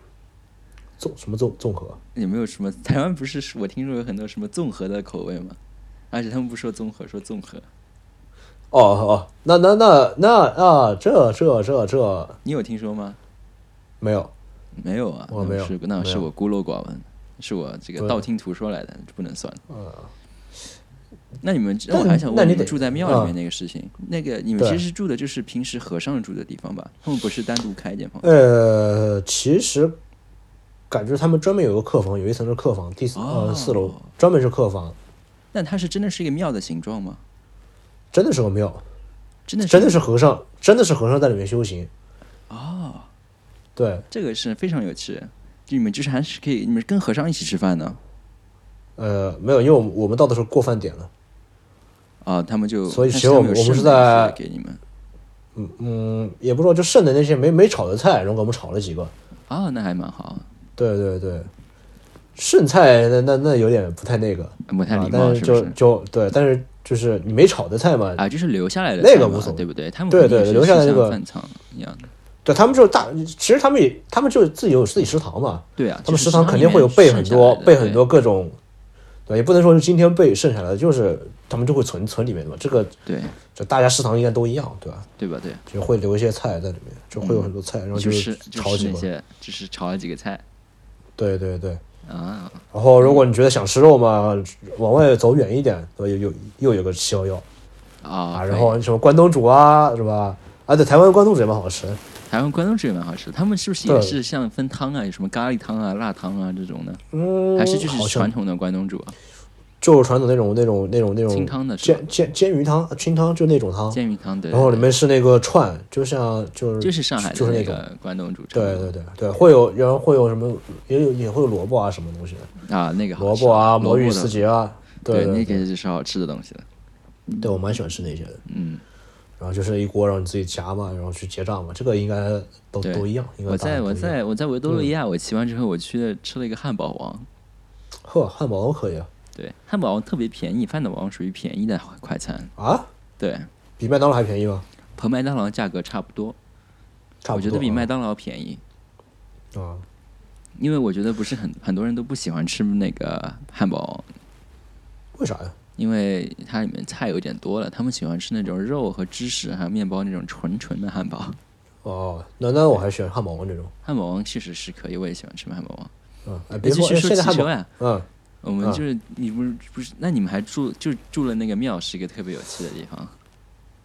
[SPEAKER 2] 综什么综综合？
[SPEAKER 1] 有没有什么？台湾不是我听说有很多什么综合的口味吗？而且他们不说综合，说综合。
[SPEAKER 2] 哦哦，那那那那啊，这这这这
[SPEAKER 1] 你有听说吗？
[SPEAKER 2] 没有，
[SPEAKER 1] 没有啊，
[SPEAKER 2] 我
[SPEAKER 1] 那
[SPEAKER 2] 没有
[SPEAKER 1] 是那
[SPEAKER 2] 没
[SPEAKER 1] 是
[SPEAKER 2] 有
[SPEAKER 1] 我孤陋寡闻，是我这个
[SPEAKER 2] 对
[SPEAKER 1] 道听途说来的，不能算。
[SPEAKER 2] 嗯，
[SPEAKER 1] 那你们，
[SPEAKER 2] 那
[SPEAKER 1] 我还想
[SPEAKER 2] 那
[SPEAKER 1] 问
[SPEAKER 2] 你
[SPEAKER 1] 们
[SPEAKER 2] 得嗯
[SPEAKER 1] 住在庙里面那个事情，那个你们
[SPEAKER 2] 对
[SPEAKER 1] 其实是住的就是平时和尚住的地方吧？他们不是单独开一间房？
[SPEAKER 2] 呃，其实感觉他们专门有个客房，有一层是客房，第四、
[SPEAKER 1] 哦
[SPEAKER 2] 呃四楼专门是客房，
[SPEAKER 1] 但它是真的是一个庙的形状吗？
[SPEAKER 2] 真的是个庙。
[SPEAKER 1] 真的是
[SPEAKER 2] 真的是和尚，真的是和尚在里面修行。
[SPEAKER 1] 哦，
[SPEAKER 2] 对，
[SPEAKER 1] 这个是非常有趣。就你们就是还是可以，你们跟和尚一起吃饭呢？
[SPEAKER 2] 呃，没有，因为我们我们到的时候过饭点了，
[SPEAKER 1] 啊，他们就
[SPEAKER 2] 所以
[SPEAKER 1] 但
[SPEAKER 2] 其
[SPEAKER 1] 是
[SPEAKER 2] 实
[SPEAKER 1] 他
[SPEAKER 2] 我
[SPEAKER 1] 们有
[SPEAKER 2] 我们
[SPEAKER 1] 剩
[SPEAKER 2] 是
[SPEAKER 1] 的
[SPEAKER 2] 在
[SPEAKER 1] 给你们
[SPEAKER 2] 嗯嗯，也不知道就剩的那些没没炒的菜，然后给我们炒了几个。
[SPEAKER 1] 啊，那还蛮好，
[SPEAKER 2] 对对对，剩菜那那那有点不太那个，
[SPEAKER 1] 不太
[SPEAKER 2] 啊
[SPEAKER 1] 礼，貌
[SPEAKER 2] 但
[SPEAKER 1] 是不？
[SPEAKER 2] 就是就对，但是就是你没炒的菜嘛，
[SPEAKER 1] 啊，就是留下来的
[SPEAKER 2] 那
[SPEAKER 1] 菜
[SPEAKER 2] 个
[SPEAKER 1] 嘛
[SPEAKER 2] 无所谓
[SPEAKER 1] 对不对？他们
[SPEAKER 2] 对
[SPEAKER 1] 肯定
[SPEAKER 2] 对
[SPEAKER 1] 是
[SPEAKER 2] 留下来
[SPEAKER 1] 吃
[SPEAKER 2] 那
[SPEAKER 1] 像
[SPEAKER 2] 个
[SPEAKER 1] 饭堂一样的，
[SPEAKER 2] 对他们就是大，其实他们也他们就自己有自己食堂嘛，
[SPEAKER 1] 对啊，
[SPEAKER 2] 他们
[SPEAKER 1] 就是
[SPEAKER 2] 食堂肯定会有
[SPEAKER 1] 里面
[SPEAKER 2] 备
[SPEAKER 1] 剩
[SPEAKER 2] 很
[SPEAKER 1] 下
[SPEAKER 2] 多
[SPEAKER 1] 来的
[SPEAKER 2] 备很
[SPEAKER 1] 对
[SPEAKER 2] 多各种，对，也不能说是今天备剩下来的，就是他们就会存存里面的嘛，这个
[SPEAKER 1] 对
[SPEAKER 2] 就大家食堂应该都一样，对吧？
[SPEAKER 1] 对吧？对，
[SPEAKER 2] 就会留一些菜在里面，就会有很多菜，然后
[SPEAKER 1] 嗯就
[SPEAKER 2] 就是
[SPEAKER 1] 是
[SPEAKER 2] 炒
[SPEAKER 1] 是
[SPEAKER 2] 几
[SPEAKER 1] 那
[SPEAKER 2] 个。
[SPEAKER 1] 些就是炒了几个菜
[SPEAKER 2] 对对对。
[SPEAKER 1] 啊，
[SPEAKER 2] 然后如果你觉得想吃肉嘛，往外走远一点，对吧？有有又有个七幺幺
[SPEAKER 1] 啊，
[SPEAKER 2] 啊，
[SPEAKER 1] 可
[SPEAKER 2] 然
[SPEAKER 1] 以
[SPEAKER 2] 后什么关东煮啊，是吧？啊，对，台湾关东煮也蛮好吃。
[SPEAKER 1] 台湾关东煮也蛮好吃的，他们是不是也
[SPEAKER 2] 对
[SPEAKER 1] 是像分汤啊，有什么咖喱汤啊、辣汤啊这种的，
[SPEAKER 2] 嗯，
[SPEAKER 1] 还是就
[SPEAKER 2] 好
[SPEAKER 1] 是
[SPEAKER 2] 像
[SPEAKER 1] 传统的关东煮啊，
[SPEAKER 2] 就是传统那种那种那种那
[SPEAKER 1] 清
[SPEAKER 2] 种
[SPEAKER 1] 汤的是吧
[SPEAKER 2] 煎煎煎鱼汤、啊清汤就那种汤，
[SPEAKER 1] 煎鱼汤对，
[SPEAKER 2] 然后
[SPEAKER 1] 对
[SPEAKER 2] 里面是那个串，就像就是
[SPEAKER 1] 就是上海
[SPEAKER 2] 就
[SPEAKER 1] 的
[SPEAKER 2] 是那种。
[SPEAKER 1] 个关东煮差不
[SPEAKER 2] 对
[SPEAKER 1] 多，
[SPEAKER 2] 对对对，会有然后会有什么，也有也会有萝卜啊什么东西的，
[SPEAKER 1] 啊，那个好
[SPEAKER 2] 萝
[SPEAKER 1] 吃
[SPEAKER 2] 卜啊、
[SPEAKER 1] 萝
[SPEAKER 2] 魔芋
[SPEAKER 1] 卜
[SPEAKER 2] 丝
[SPEAKER 1] 的，
[SPEAKER 2] 节啊，
[SPEAKER 1] 对，
[SPEAKER 2] 对
[SPEAKER 1] 那个是好吃的东西了，
[SPEAKER 2] 对，我蛮喜欢吃那些的。
[SPEAKER 1] 嗯，
[SPEAKER 2] 然后就是一锅，然后你自己夹嘛，然后去结账嘛，这个应该都
[SPEAKER 1] 对
[SPEAKER 2] 都一样。应该
[SPEAKER 1] 我
[SPEAKER 2] 大家
[SPEAKER 1] 在
[SPEAKER 2] 都
[SPEAKER 1] 我
[SPEAKER 2] 一样
[SPEAKER 1] 在我在维多利亚，我骑完之后我去了吃了一个汉堡王，
[SPEAKER 2] 呵，汉堡王可以啊
[SPEAKER 1] 对，汉堡王特别便宜，汉堡王属于便宜的快餐，
[SPEAKER 2] 啊，
[SPEAKER 1] 对，
[SPEAKER 2] 比麦当劳还便宜吗？
[SPEAKER 1] 和麦当劳价格差不多，
[SPEAKER 2] 差
[SPEAKER 1] 我
[SPEAKER 2] 不多啊，
[SPEAKER 1] 觉得比麦当劳便宜。
[SPEAKER 2] 啊，
[SPEAKER 1] 因为我觉得不是很很多人都不喜欢吃那个汉堡，
[SPEAKER 2] 为啥呀？
[SPEAKER 1] 因为它里面菜有点多了，他们喜欢吃那种肉和芝士还有面包那种纯纯的汉堡。
[SPEAKER 2] 哦，那那我还喜欢汉堡王这种。
[SPEAKER 1] 汉堡王确实是可以，我也喜欢吃汉堡王。
[SPEAKER 2] 嗯，哎，
[SPEAKER 1] 那
[SPEAKER 2] 别
[SPEAKER 1] 就
[SPEAKER 2] 说
[SPEAKER 1] 是
[SPEAKER 2] 哎
[SPEAKER 1] 说
[SPEAKER 2] 现在
[SPEAKER 1] 骑
[SPEAKER 2] 汉
[SPEAKER 1] 车
[SPEAKER 2] 堡，
[SPEAKER 1] 呀，
[SPEAKER 2] 嗯，
[SPEAKER 1] 我们
[SPEAKER 2] 啊
[SPEAKER 1] 就是、你不是不是，那你们还住就住了那个庙，是一个特别有趣的地方。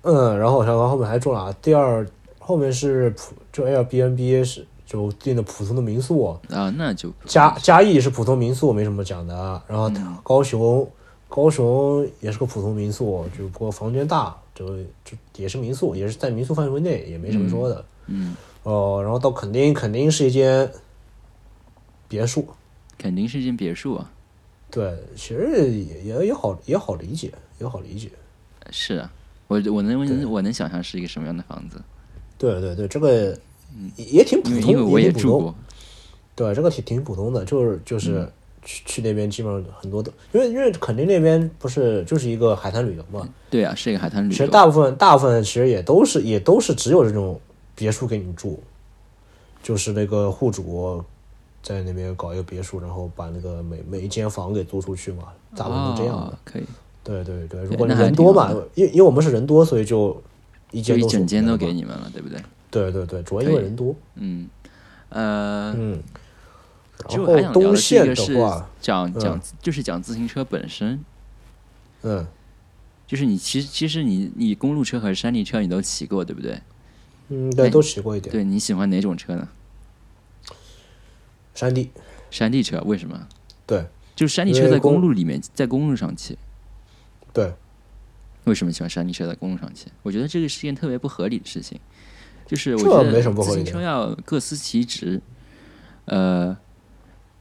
[SPEAKER 2] 嗯，然后我想看后面还住哪？第二后面是普，就 Airbnb 是就订的普通的民宿，
[SPEAKER 1] 啊，那就不
[SPEAKER 2] 嘉嘉义是普通民宿，没什么讲的啊。然后
[SPEAKER 1] 嗯
[SPEAKER 2] 高雄，高雄也是个普通民宿，就不过房间大，就就也是民宿，也是在民宿范围内，也没什么说的。
[SPEAKER 1] 嗯，
[SPEAKER 2] 哦、然后到垦丁，垦丁是一间别墅，
[SPEAKER 1] 肯定是一间别墅啊。
[SPEAKER 2] 对，其实也也也好也好理解，也好理解。
[SPEAKER 1] 是啊，我我
[SPEAKER 2] 对
[SPEAKER 1] 能我能想象是一个什么样的房子，
[SPEAKER 2] 对对对，这个也也挺普
[SPEAKER 1] 因为
[SPEAKER 2] 通，
[SPEAKER 1] 因为我也
[SPEAKER 2] 挺普
[SPEAKER 1] 住
[SPEAKER 2] 通。
[SPEAKER 1] 过。
[SPEAKER 2] 对，这个挺挺普通的，就是
[SPEAKER 1] 嗯
[SPEAKER 2] 就是去、去那边基本上很多的，因为因为肯定那边不是就是一个海滩旅游嘛，
[SPEAKER 1] 对啊，是一个海滩旅
[SPEAKER 2] 其实
[SPEAKER 1] 游。
[SPEAKER 2] 大部分大部分其实也都是也都是只有这种别墅给你住，就是那个户主在那边搞一个别墅，然后把那个每每一间房给租出去嘛，大部分都这样的。
[SPEAKER 1] 哦可以。
[SPEAKER 2] 对对对，
[SPEAKER 1] 对
[SPEAKER 2] 如果你
[SPEAKER 1] 那还
[SPEAKER 2] 人多
[SPEAKER 1] 挺好
[SPEAKER 2] 嘛，因为因为我们是人多，所以就一
[SPEAKER 1] 就
[SPEAKER 2] 间
[SPEAKER 1] 一
[SPEAKER 2] 都是
[SPEAKER 1] 整
[SPEAKER 2] 我
[SPEAKER 1] 间
[SPEAKER 2] 们
[SPEAKER 1] 都
[SPEAKER 2] 的
[SPEAKER 1] 给
[SPEAKER 2] 嘛。
[SPEAKER 1] 你们了，对不对？
[SPEAKER 2] 对对对，主要因为人多。
[SPEAKER 1] 嗯，呃，
[SPEAKER 2] 嗯，
[SPEAKER 1] 其实
[SPEAKER 2] 然
[SPEAKER 1] 我还
[SPEAKER 2] 后
[SPEAKER 1] 想聊
[SPEAKER 2] 东
[SPEAKER 1] 的是一
[SPEAKER 2] 线
[SPEAKER 1] 个
[SPEAKER 2] 的
[SPEAKER 1] 是
[SPEAKER 2] 话，
[SPEAKER 1] 讲讲
[SPEAKER 2] 嗯
[SPEAKER 1] 就是讲自行车本身，
[SPEAKER 2] 嗯
[SPEAKER 1] 就是你其实其实你你公路车和山地车你都骑过对不对？
[SPEAKER 2] 嗯，
[SPEAKER 1] 哎
[SPEAKER 2] 对，都骑过一点。
[SPEAKER 1] 对，你喜欢哪种车呢？
[SPEAKER 2] 山地，
[SPEAKER 1] 山地车为什么？
[SPEAKER 2] 对
[SPEAKER 1] 就是山地
[SPEAKER 2] 因
[SPEAKER 1] 车
[SPEAKER 2] 为
[SPEAKER 1] 在公
[SPEAKER 2] 公
[SPEAKER 1] 路里面，在公路上骑，
[SPEAKER 2] 对，
[SPEAKER 1] 为什么喜欢山地车在公路上骑？我觉得这个是件特别不合理的事情，就是我
[SPEAKER 2] 这
[SPEAKER 1] 觉得
[SPEAKER 2] 没什么不合
[SPEAKER 1] 自行
[SPEAKER 2] 理的
[SPEAKER 1] 车要各司其职，呃，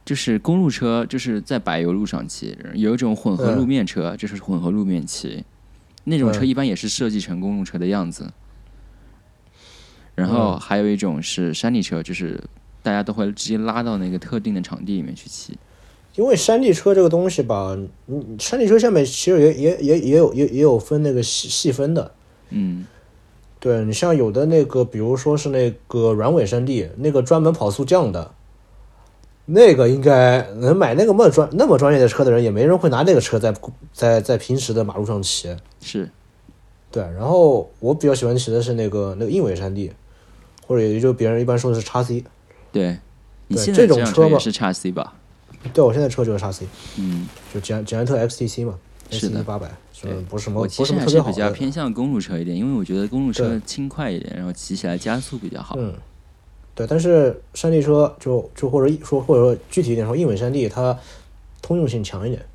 [SPEAKER 1] 就是公路车就是在柏油路上骑，有一种混合
[SPEAKER 2] 嗯
[SPEAKER 1] 路面车，就是混合路面骑，那种车
[SPEAKER 2] 嗯
[SPEAKER 1] 一般也是设计成公路车的样子。然
[SPEAKER 2] 嗯
[SPEAKER 1] 后还有一种是山地车，就是大家都会直接拉到那个特定的场地里面去骑。
[SPEAKER 2] 因为山地车这个东西吧，嗯，山地车下面其实也也也也有也也有分那个细细分的。
[SPEAKER 1] 嗯，
[SPEAKER 2] 对你像有的那个，比如说是那个软尾山地，那个专门跑速降的，那个应该能买那个么专那么专业的车的人，也没人会拿那个车在在在平时的马路上骑。
[SPEAKER 1] 是，
[SPEAKER 2] 对，然后我比较喜欢骑的是那个那个硬尾山地，或者也就别人一般说的是叉 C。
[SPEAKER 1] 对。你
[SPEAKER 2] 对
[SPEAKER 1] 现在
[SPEAKER 2] 这种
[SPEAKER 1] 辆
[SPEAKER 2] 车
[SPEAKER 1] 车也
[SPEAKER 2] 吧
[SPEAKER 1] 是叉 C 吧？
[SPEAKER 2] 对，我现在车就是叉 C，
[SPEAKER 1] 嗯，
[SPEAKER 2] 就捷安捷安特 XTC 嘛
[SPEAKER 1] 是的
[SPEAKER 2] ，XTC 八百，是
[SPEAKER 1] 对
[SPEAKER 2] 不是什么
[SPEAKER 1] 我
[SPEAKER 2] 不
[SPEAKER 1] 其
[SPEAKER 2] 是
[SPEAKER 1] 实
[SPEAKER 2] 什么
[SPEAKER 1] 还
[SPEAKER 2] 特
[SPEAKER 1] 是
[SPEAKER 2] 别好
[SPEAKER 1] 比较
[SPEAKER 2] 的？
[SPEAKER 1] 偏向公路车一点，因为我觉得公路车
[SPEAKER 2] 对
[SPEAKER 1] 轻快一点，然后骑起来加速比较好。
[SPEAKER 2] 嗯，对，但是山地车就就或者说或者说具体一点说，硬尾山地它通用性强一点，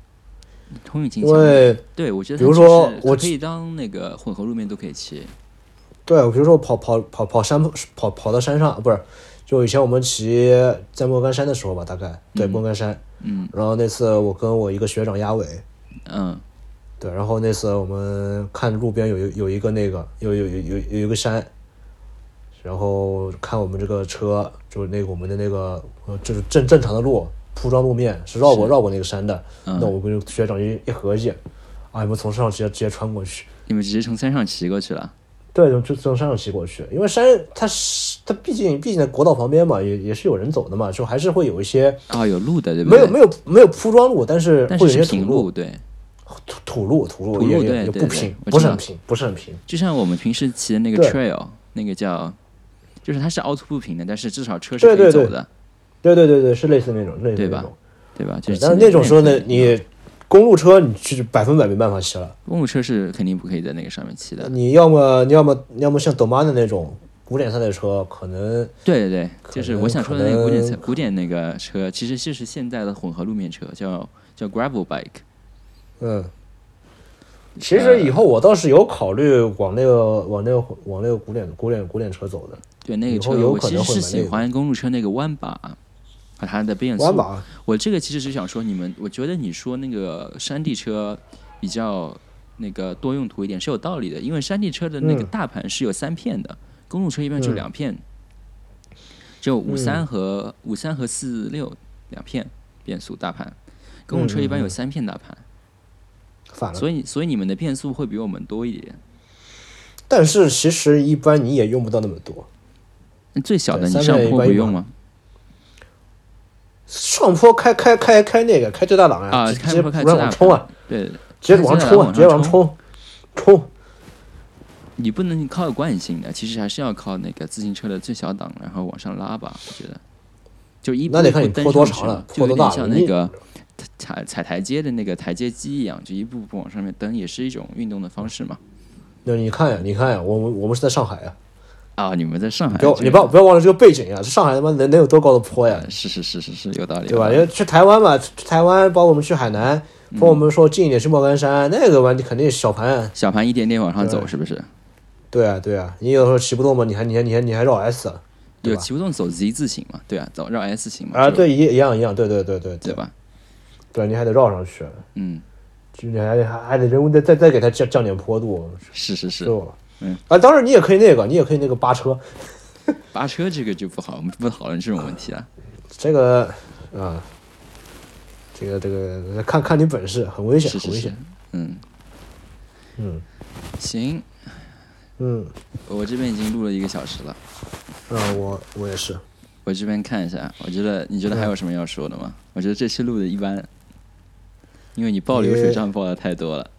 [SPEAKER 1] 通用性
[SPEAKER 2] 嗯因
[SPEAKER 1] 强一点，
[SPEAKER 2] 为
[SPEAKER 1] 对我觉得
[SPEAKER 2] 比
[SPEAKER 1] 它
[SPEAKER 2] 如
[SPEAKER 1] 就是
[SPEAKER 2] 说
[SPEAKER 1] 它
[SPEAKER 2] 我
[SPEAKER 1] 可以当那个混合路面都可以骑。
[SPEAKER 2] 对，比如说我跑跑跑跑山跑跑到山上，不是，就以前我们骑在莫干山的时候吧，大概对莫干山，
[SPEAKER 1] 嗯
[SPEAKER 2] 然后那次我跟我一个学长压尾，
[SPEAKER 1] 嗯
[SPEAKER 2] 对，然后那次我们看路边有一有一个那个有有有有有一个山，然后看我们这个车就是那个我们的那个呃就是正正常的路铺装路面是绕过绕过那个山的，那
[SPEAKER 1] 嗯，
[SPEAKER 2] 我跟学长一一合计，啊，你们从山上直接直接穿过去，
[SPEAKER 1] 你们直接从山上骑过去了。
[SPEAKER 2] 对，就就从山上骑过去，因为山它是它毕竟毕竟在国道旁边嘛，也也是有人走的嘛，就还是会有一些
[SPEAKER 1] 啊，有路的，对不
[SPEAKER 2] 没
[SPEAKER 1] 对？
[SPEAKER 2] 有没有没有铺装路，但是
[SPEAKER 1] 但
[SPEAKER 2] 会
[SPEAKER 1] 是
[SPEAKER 2] 有一些
[SPEAKER 1] 是
[SPEAKER 2] 土
[SPEAKER 1] 平
[SPEAKER 2] 路
[SPEAKER 1] 路，对。
[SPEAKER 2] 土土路
[SPEAKER 1] 土
[SPEAKER 2] 土路
[SPEAKER 1] 路
[SPEAKER 2] 也
[SPEAKER 1] 对
[SPEAKER 2] 也也
[SPEAKER 1] 对
[SPEAKER 2] 不
[SPEAKER 1] 对
[SPEAKER 2] 平，
[SPEAKER 1] 我
[SPEAKER 2] 不
[SPEAKER 1] 知
[SPEAKER 2] 是
[SPEAKER 1] 道
[SPEAKER 2] 很平，不是很平。
[SPEAKER 1] 就像我们平时骑的那个
[SPEAKER 2] 对
[SPEAKER 1] trail，那个叫，就是它是凹凸不平的，但是至少车是
[SPEAKER 2] 对
[SPEAKER 1] 可以
[SPEAKER 2] 对
[SPEAKER 1] 走
[SPEAKER 2] 对
[SPEAKER 1] 的，
[SPEAKER 2] 对对对对，是类似那种，类似
[SPEAKER 1] 对
[SPEAKER 2] 那
[SPEAKER 1] 吧
[SPEAKER 2] 种。
[SPEAKER 1] 对吧？就
[SPEAKER 2] 对
[SPEAKER 1] 是
[SPEAKER 2] 但是
[SPEAKER 1] 骑
[SPEAKER 2] 那种时候呢
[SPEAKER 1] 也，可以
[SPEAKER 2] 你公路车你去百分百没办法骑了，
[SPEAKER 1] 公路车是肯定不可以在那个上面骑的。
[SPEAKER 2] 你要么你要么你要么像 d o m a 的那种古典赛的车，可能
[SPEAKER 1] 对对对，
[SPEAKER 2] 可
[SPEAKER 1] 就是
[SPEAKER 2] 能
[SPEAKER 1] 我想说的那
[SPEAKER 2] 可
[SPEAKER 1] 个古典
[SPEAKER 2] 能
[SPEAKER 1] 车古典那个车，其实就是现在的混合路面车，叫叫 gravel bike。
[SPEAKER 2] 嗯。其实以后我倒是有考虑往那个往那个往那个古典古典古典车走的，
[SPEAKER 1] 对，那个
[SPEAKER 2] 以后
[SPEAKER 1] 车
[SPEAKER 2] 有
[SPEAKER 1] 我
[SPEAKER 2] 可
[SPEAKER 1] 其实
[SPEAKER 2] 能会
[SPEAKER 1] 是
[SPEAKER 2] 买
[SPEAKER 1] 喜
[SPEAKER 2] 那个
[SPEAKER 1] 欢公路车那个弯把和它的变速。
[SPEAKER 2] 弯把
[SPEAKER 1] 我这个其实只想说，你们，我觉得你说那个山地车比较那个多用途一点是有道理的，因为山地车的那个
[SPEAKER 2] 嗯
[SPEAKER 1] 大盘是有三片的，公路车一般就
[SPEAKER 2] 嗯
[SPEAKER 1] 两片，就五三和五三和四六两片变速大盘，公路车一
[SPEAKER 2] 嗯
[SPEAKER 1] 般有三片大盘，
[SPEAKER 2] 反了。
[SPEAKER 1] 所以所以你们的变速会比我们多一点。
[SPEAKER 2] 但是其实一般你也用不到那么多，
[SPEAKER 1] 那最小的
[SPEAKER 2] 对
[SPEAKER 1] 你
[SPEAKER 2] 三
[SPEAKER 1] 上
[SPEAKER 2] 片一
[SPEAKER 1] 坡
[SPEAKER 2] 般
[SPEAKER 1] 不
[SPEAKER 2] 一
[SPEAKER 1] 用
[SPEAKER 2] 般
[SPEAKER 1] 吗？
[SPEAKER 2] 上坡开开开开那个开最大档
[SPEAKER 1] 啊
[SPEAKER 2] 直
[SPEAKER 1] 开
[SPEAKER 2] 直接
[SPEAKER 1] 坡开
[SPEAKER 2] 往
[SPEAKER 1] 最
[SPEAKER 2] 上
[SPEAKER 1] 大
[SPEAKER 2] 冲啊，
[SPEAKER 1] 对对，对
[SPEAKER 2] 直接往上冲啊，直接往上冲，冲。
[SPEAKER 1] 你不能靠惯性的，其实还是要靠那个自行车的最小档，然后往上拉吧。我觉得，就一步
[SPEAKER 2] 那得
[SPEAKER 1] 一步
[SPEAKER 2] 看你
[SPEAKER 1] 登
[SPEAKER 2] 坡多
[SPEAKER 1] 上去
[SPEAKER 2] 长
[SPEAKER 1] 嘛
[SPEAKER 2] 了
[SPEAKER 1] 就有
[SPEAKER 2] 坡多
[SPEAKER 1] 点
[SPEAKER 2] 大
[SPEAKER 1] 像
[SPEAKER 2] 了
[SPEAKER 1] 那
[SPEAKER 2] 你
[SPEAKER 1] 个踩踩台阶的那个台阶机一样，就一步步往上面登，也是一种运动的方式嘛。
[SPEAKER 2] 那你看呀、你看呀、我们我们是在上海啊，
[SPEAKER 1] 啊，你们在上海
[SPEAKER 2] 不要
[SPEAKER 1] 这
[SPEAKER 2] 你
[SPEAKER 1] 个
[SPEAKER 2] 不要不要忘了这个背景呀、这上海他妈能能有多高的坡呀，
[SPEAKER 1] 是是是是是有道理，
[SPEAKER 2] 对吧？
[SPEAKER 1] 有
[SPEAKER 2] 因
[SPEAKER 1] 道
[SPEAKER 2] 为
[SPEAKER 1] 理
[SPEAKER 2] 去台湾嘛，去台湾包括我们去海南，
[SPEAKER 1] 嗯
[SPEAKER 2] 包括我们说近一点去莫干山，那个玩意肯定是小盘啊。
[SPEAKER 1] 小盘一点点往上走，
[SPEAKER 2] 对
[SPEAKER 1] 是不是？
[SPEAKER 2] 对啊对啊，你有时候骑不动嘛，你还你还你还你还绕 S 啊对
[SPEAKER 1] 有
[SPEAKER 2] 吧
[SPEAKER 1] 骑不动走 Z 字形嘛？对啊，走绕 S 型嘛？
[SPEAKER 2] 啊，
[SPEAKER 1] 就
[SPEAKER 2] 对一一样一样，对对对对
[SPEAKER 1] 对
[SPEAKER 2] 对
[SPEAKER 1] 吧？
[SPEAKER 2] 对，啊你还得绕上去，
[SPEAKER 1] 嗯，
[SPEAKER 2] 就你还还还得人工再再再给它降降点坡度，
[SPEAKER 1] 是是是
[SPEAKER 2] 是，吧？
[SPEAKER 1] 嗯
[SPEAKER 2] 啊，当然你也可以那个，你也可以那个扒车，
[SPEAKER 1] 扒车这个就不好，我们不讨论这种问题啊了。
[SPEAKER 2] 这个啊，这个这个看看你本事，很危险，
[SPEAKER 1] 是是
[SPEAKER 2] 很危
[SPEAKER 1] 是
[SPEAKER 2] 险。，
[SPEAKER 1] 嗯，
[SPEAKER 2] 嗯
[SPEAKER 1] 行，
[SPEAKER 2] 嗯
[SPEAKER 1] 我这边已经录了一个小时了，
[SPEAKER 2] 啊，我我也是。
[SPEAKER 1] 我这边看一下，我觉得你觉得还有什么要说的吗？我觉得这期录的一般，因为你报流水账报的太多了。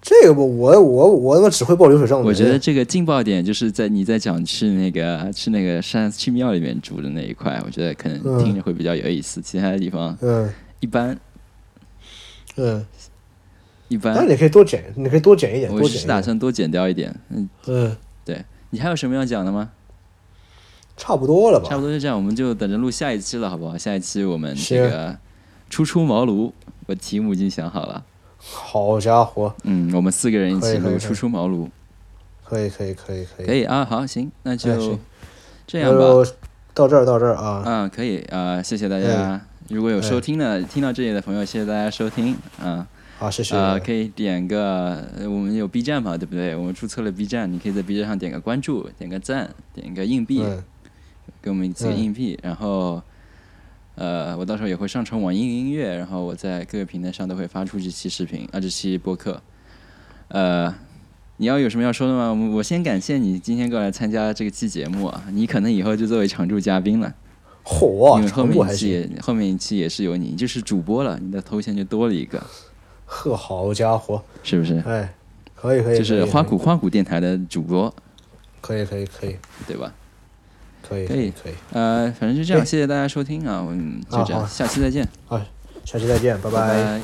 [SPEAKER 2] 这个我我我我他妈只会报流水账的人。
[SPEAKER 1] 我觉得这个劲爆点就是在你在讲去那个去那个山去庙里面住的那一块，我觉得可能听着会比较有意思，其他的地方
[SPEAKER 2] 嗯
[SPEAKER 1] 一般
[SPEAKER 2] 嗯，
[SPEAKER 1] 一
[SPEAKER 2] 那
[SPEAKER 1] 般。
[SPEAKER 2] 你可以多剪，你可以多剪一点，
[SPEAKER 1] 我
[SPEAKER 2] 多
[SPEAKER 1] 是
[SPEAKER 2] 剪一
[SPEAKER 1] 打
[SPEAKER 2] 点。
[SPEAKER 1] 算多剪掉一点。嗯，
[SPEAKER 2] 嗯，
[SPEAKER 1] 你还有什么要讲的吗？
[SPEAKER 2] 差不多了吧？
[SPEAKER 1] 差不多就这样，我们就等着录下一期了，好不好？下一期我们
[SPEAKER 2] 行
[SPEAKER 1] 这个初出茅庐，我题目已经想好了。
[SPEAKER 2] 好家伙，
[SPEAKER 1] 嗯，我们四个人一
[SPEAKER 2] 可
[SPEAKER 1] 起
[SPEAKER 2] 以可
[SPEAKER 1] 录
[SPEAKER 2] 以可
[SPEAKER 1] 《
[SPEAKER 2] 以
[SPEAKER 1] 初出茅庐》，
[SPEAKER 2] 可以可以可以可以。
[SPEAKER 1] 可以啊。好，行，那
[SPEAKER 2] 哎
[SPEAKER 1] 就
[SPEAKER 2] 行
[SPEAKER 1] 这
[SPEAKER 2] 那
[SPEAKER 1] 样吧。
[SPEAKER 2] 就到这儿到这儿啊，
[SPEAKER 1] 嗯，可以啊，谢谢大
[SPEAKER 2] 哎
[SPEAKER 1] 家。如果有收听的，听到这里的朋友，谢谢大家收听啊。
[SPEAKER 2] 好，哎谢谢。
[SPEAKER 1] 呃，可以点个，呃我们有 B 站嘛，对不对？我们注册了 B 站，你可以在 B 站上点个关注，点个赞，点个硬币，
[SPEAKER 2] 嗯，
[SPEAKER 1] 给我们几个
[SPEAKER 2] 嗯
[SPEAKER 1] 硬币，然后，呃，我到时候也会上传网易云音乐，然后我在各个平台上都会发出这期视频啊，这期播客。呃，你要有什么要说的吗？我们我先感谢你今天过来参加这个期节目啊，你可能以后就作为常驻嘉宾了，
[SPEAKER 2] 嚯，
[SPEAKER 1] 因为后
[SPEAKER 2] 成
[SPEAKER 1] 面
[SPEAKER 2] 果
[SPEAKER 1] 一
[SPEAKER 2] 还
[SPEAKER 1] 期
[SPEAKER 2] 行。
[SPEAKER 1] 也后面一期也是有你，你就是主播了，你的头衔就多了一个，
[SPEAKER 2] 呵，好家伙，
[SPEAKER 1] 是不是？
[SPEAKER 2] 哎，可以可以，
[SPEAKER 1] 嗯就是
[SPEAKER 2] 可以
[SPEAKER 1] 花鼓花鼓电台的主播，
[SPEAKER 2] 可以可以可以
[SPEAKER 1] 对吧？
[SPEAKER 2] 可以
[SPEAKER 1] 可
[SPEAKER 2] 可
[SPEAKER 1] 以
[SPEAKER 2] 以可以，
[SPEAKER 1] 呃，反正就这样，
[SPEAKER 2] 哎
[SPEAKER 1] 谢谢大家收听啊，我们就
[SPEAKER 2] 啊
[SPEAKER 1] 这样，
[SPEAKER 2] 好
[SPEAKER 1] 下期再见，
[SPEAKER 2] 好，下期再见，拜
[SPEAKER 1] 拜。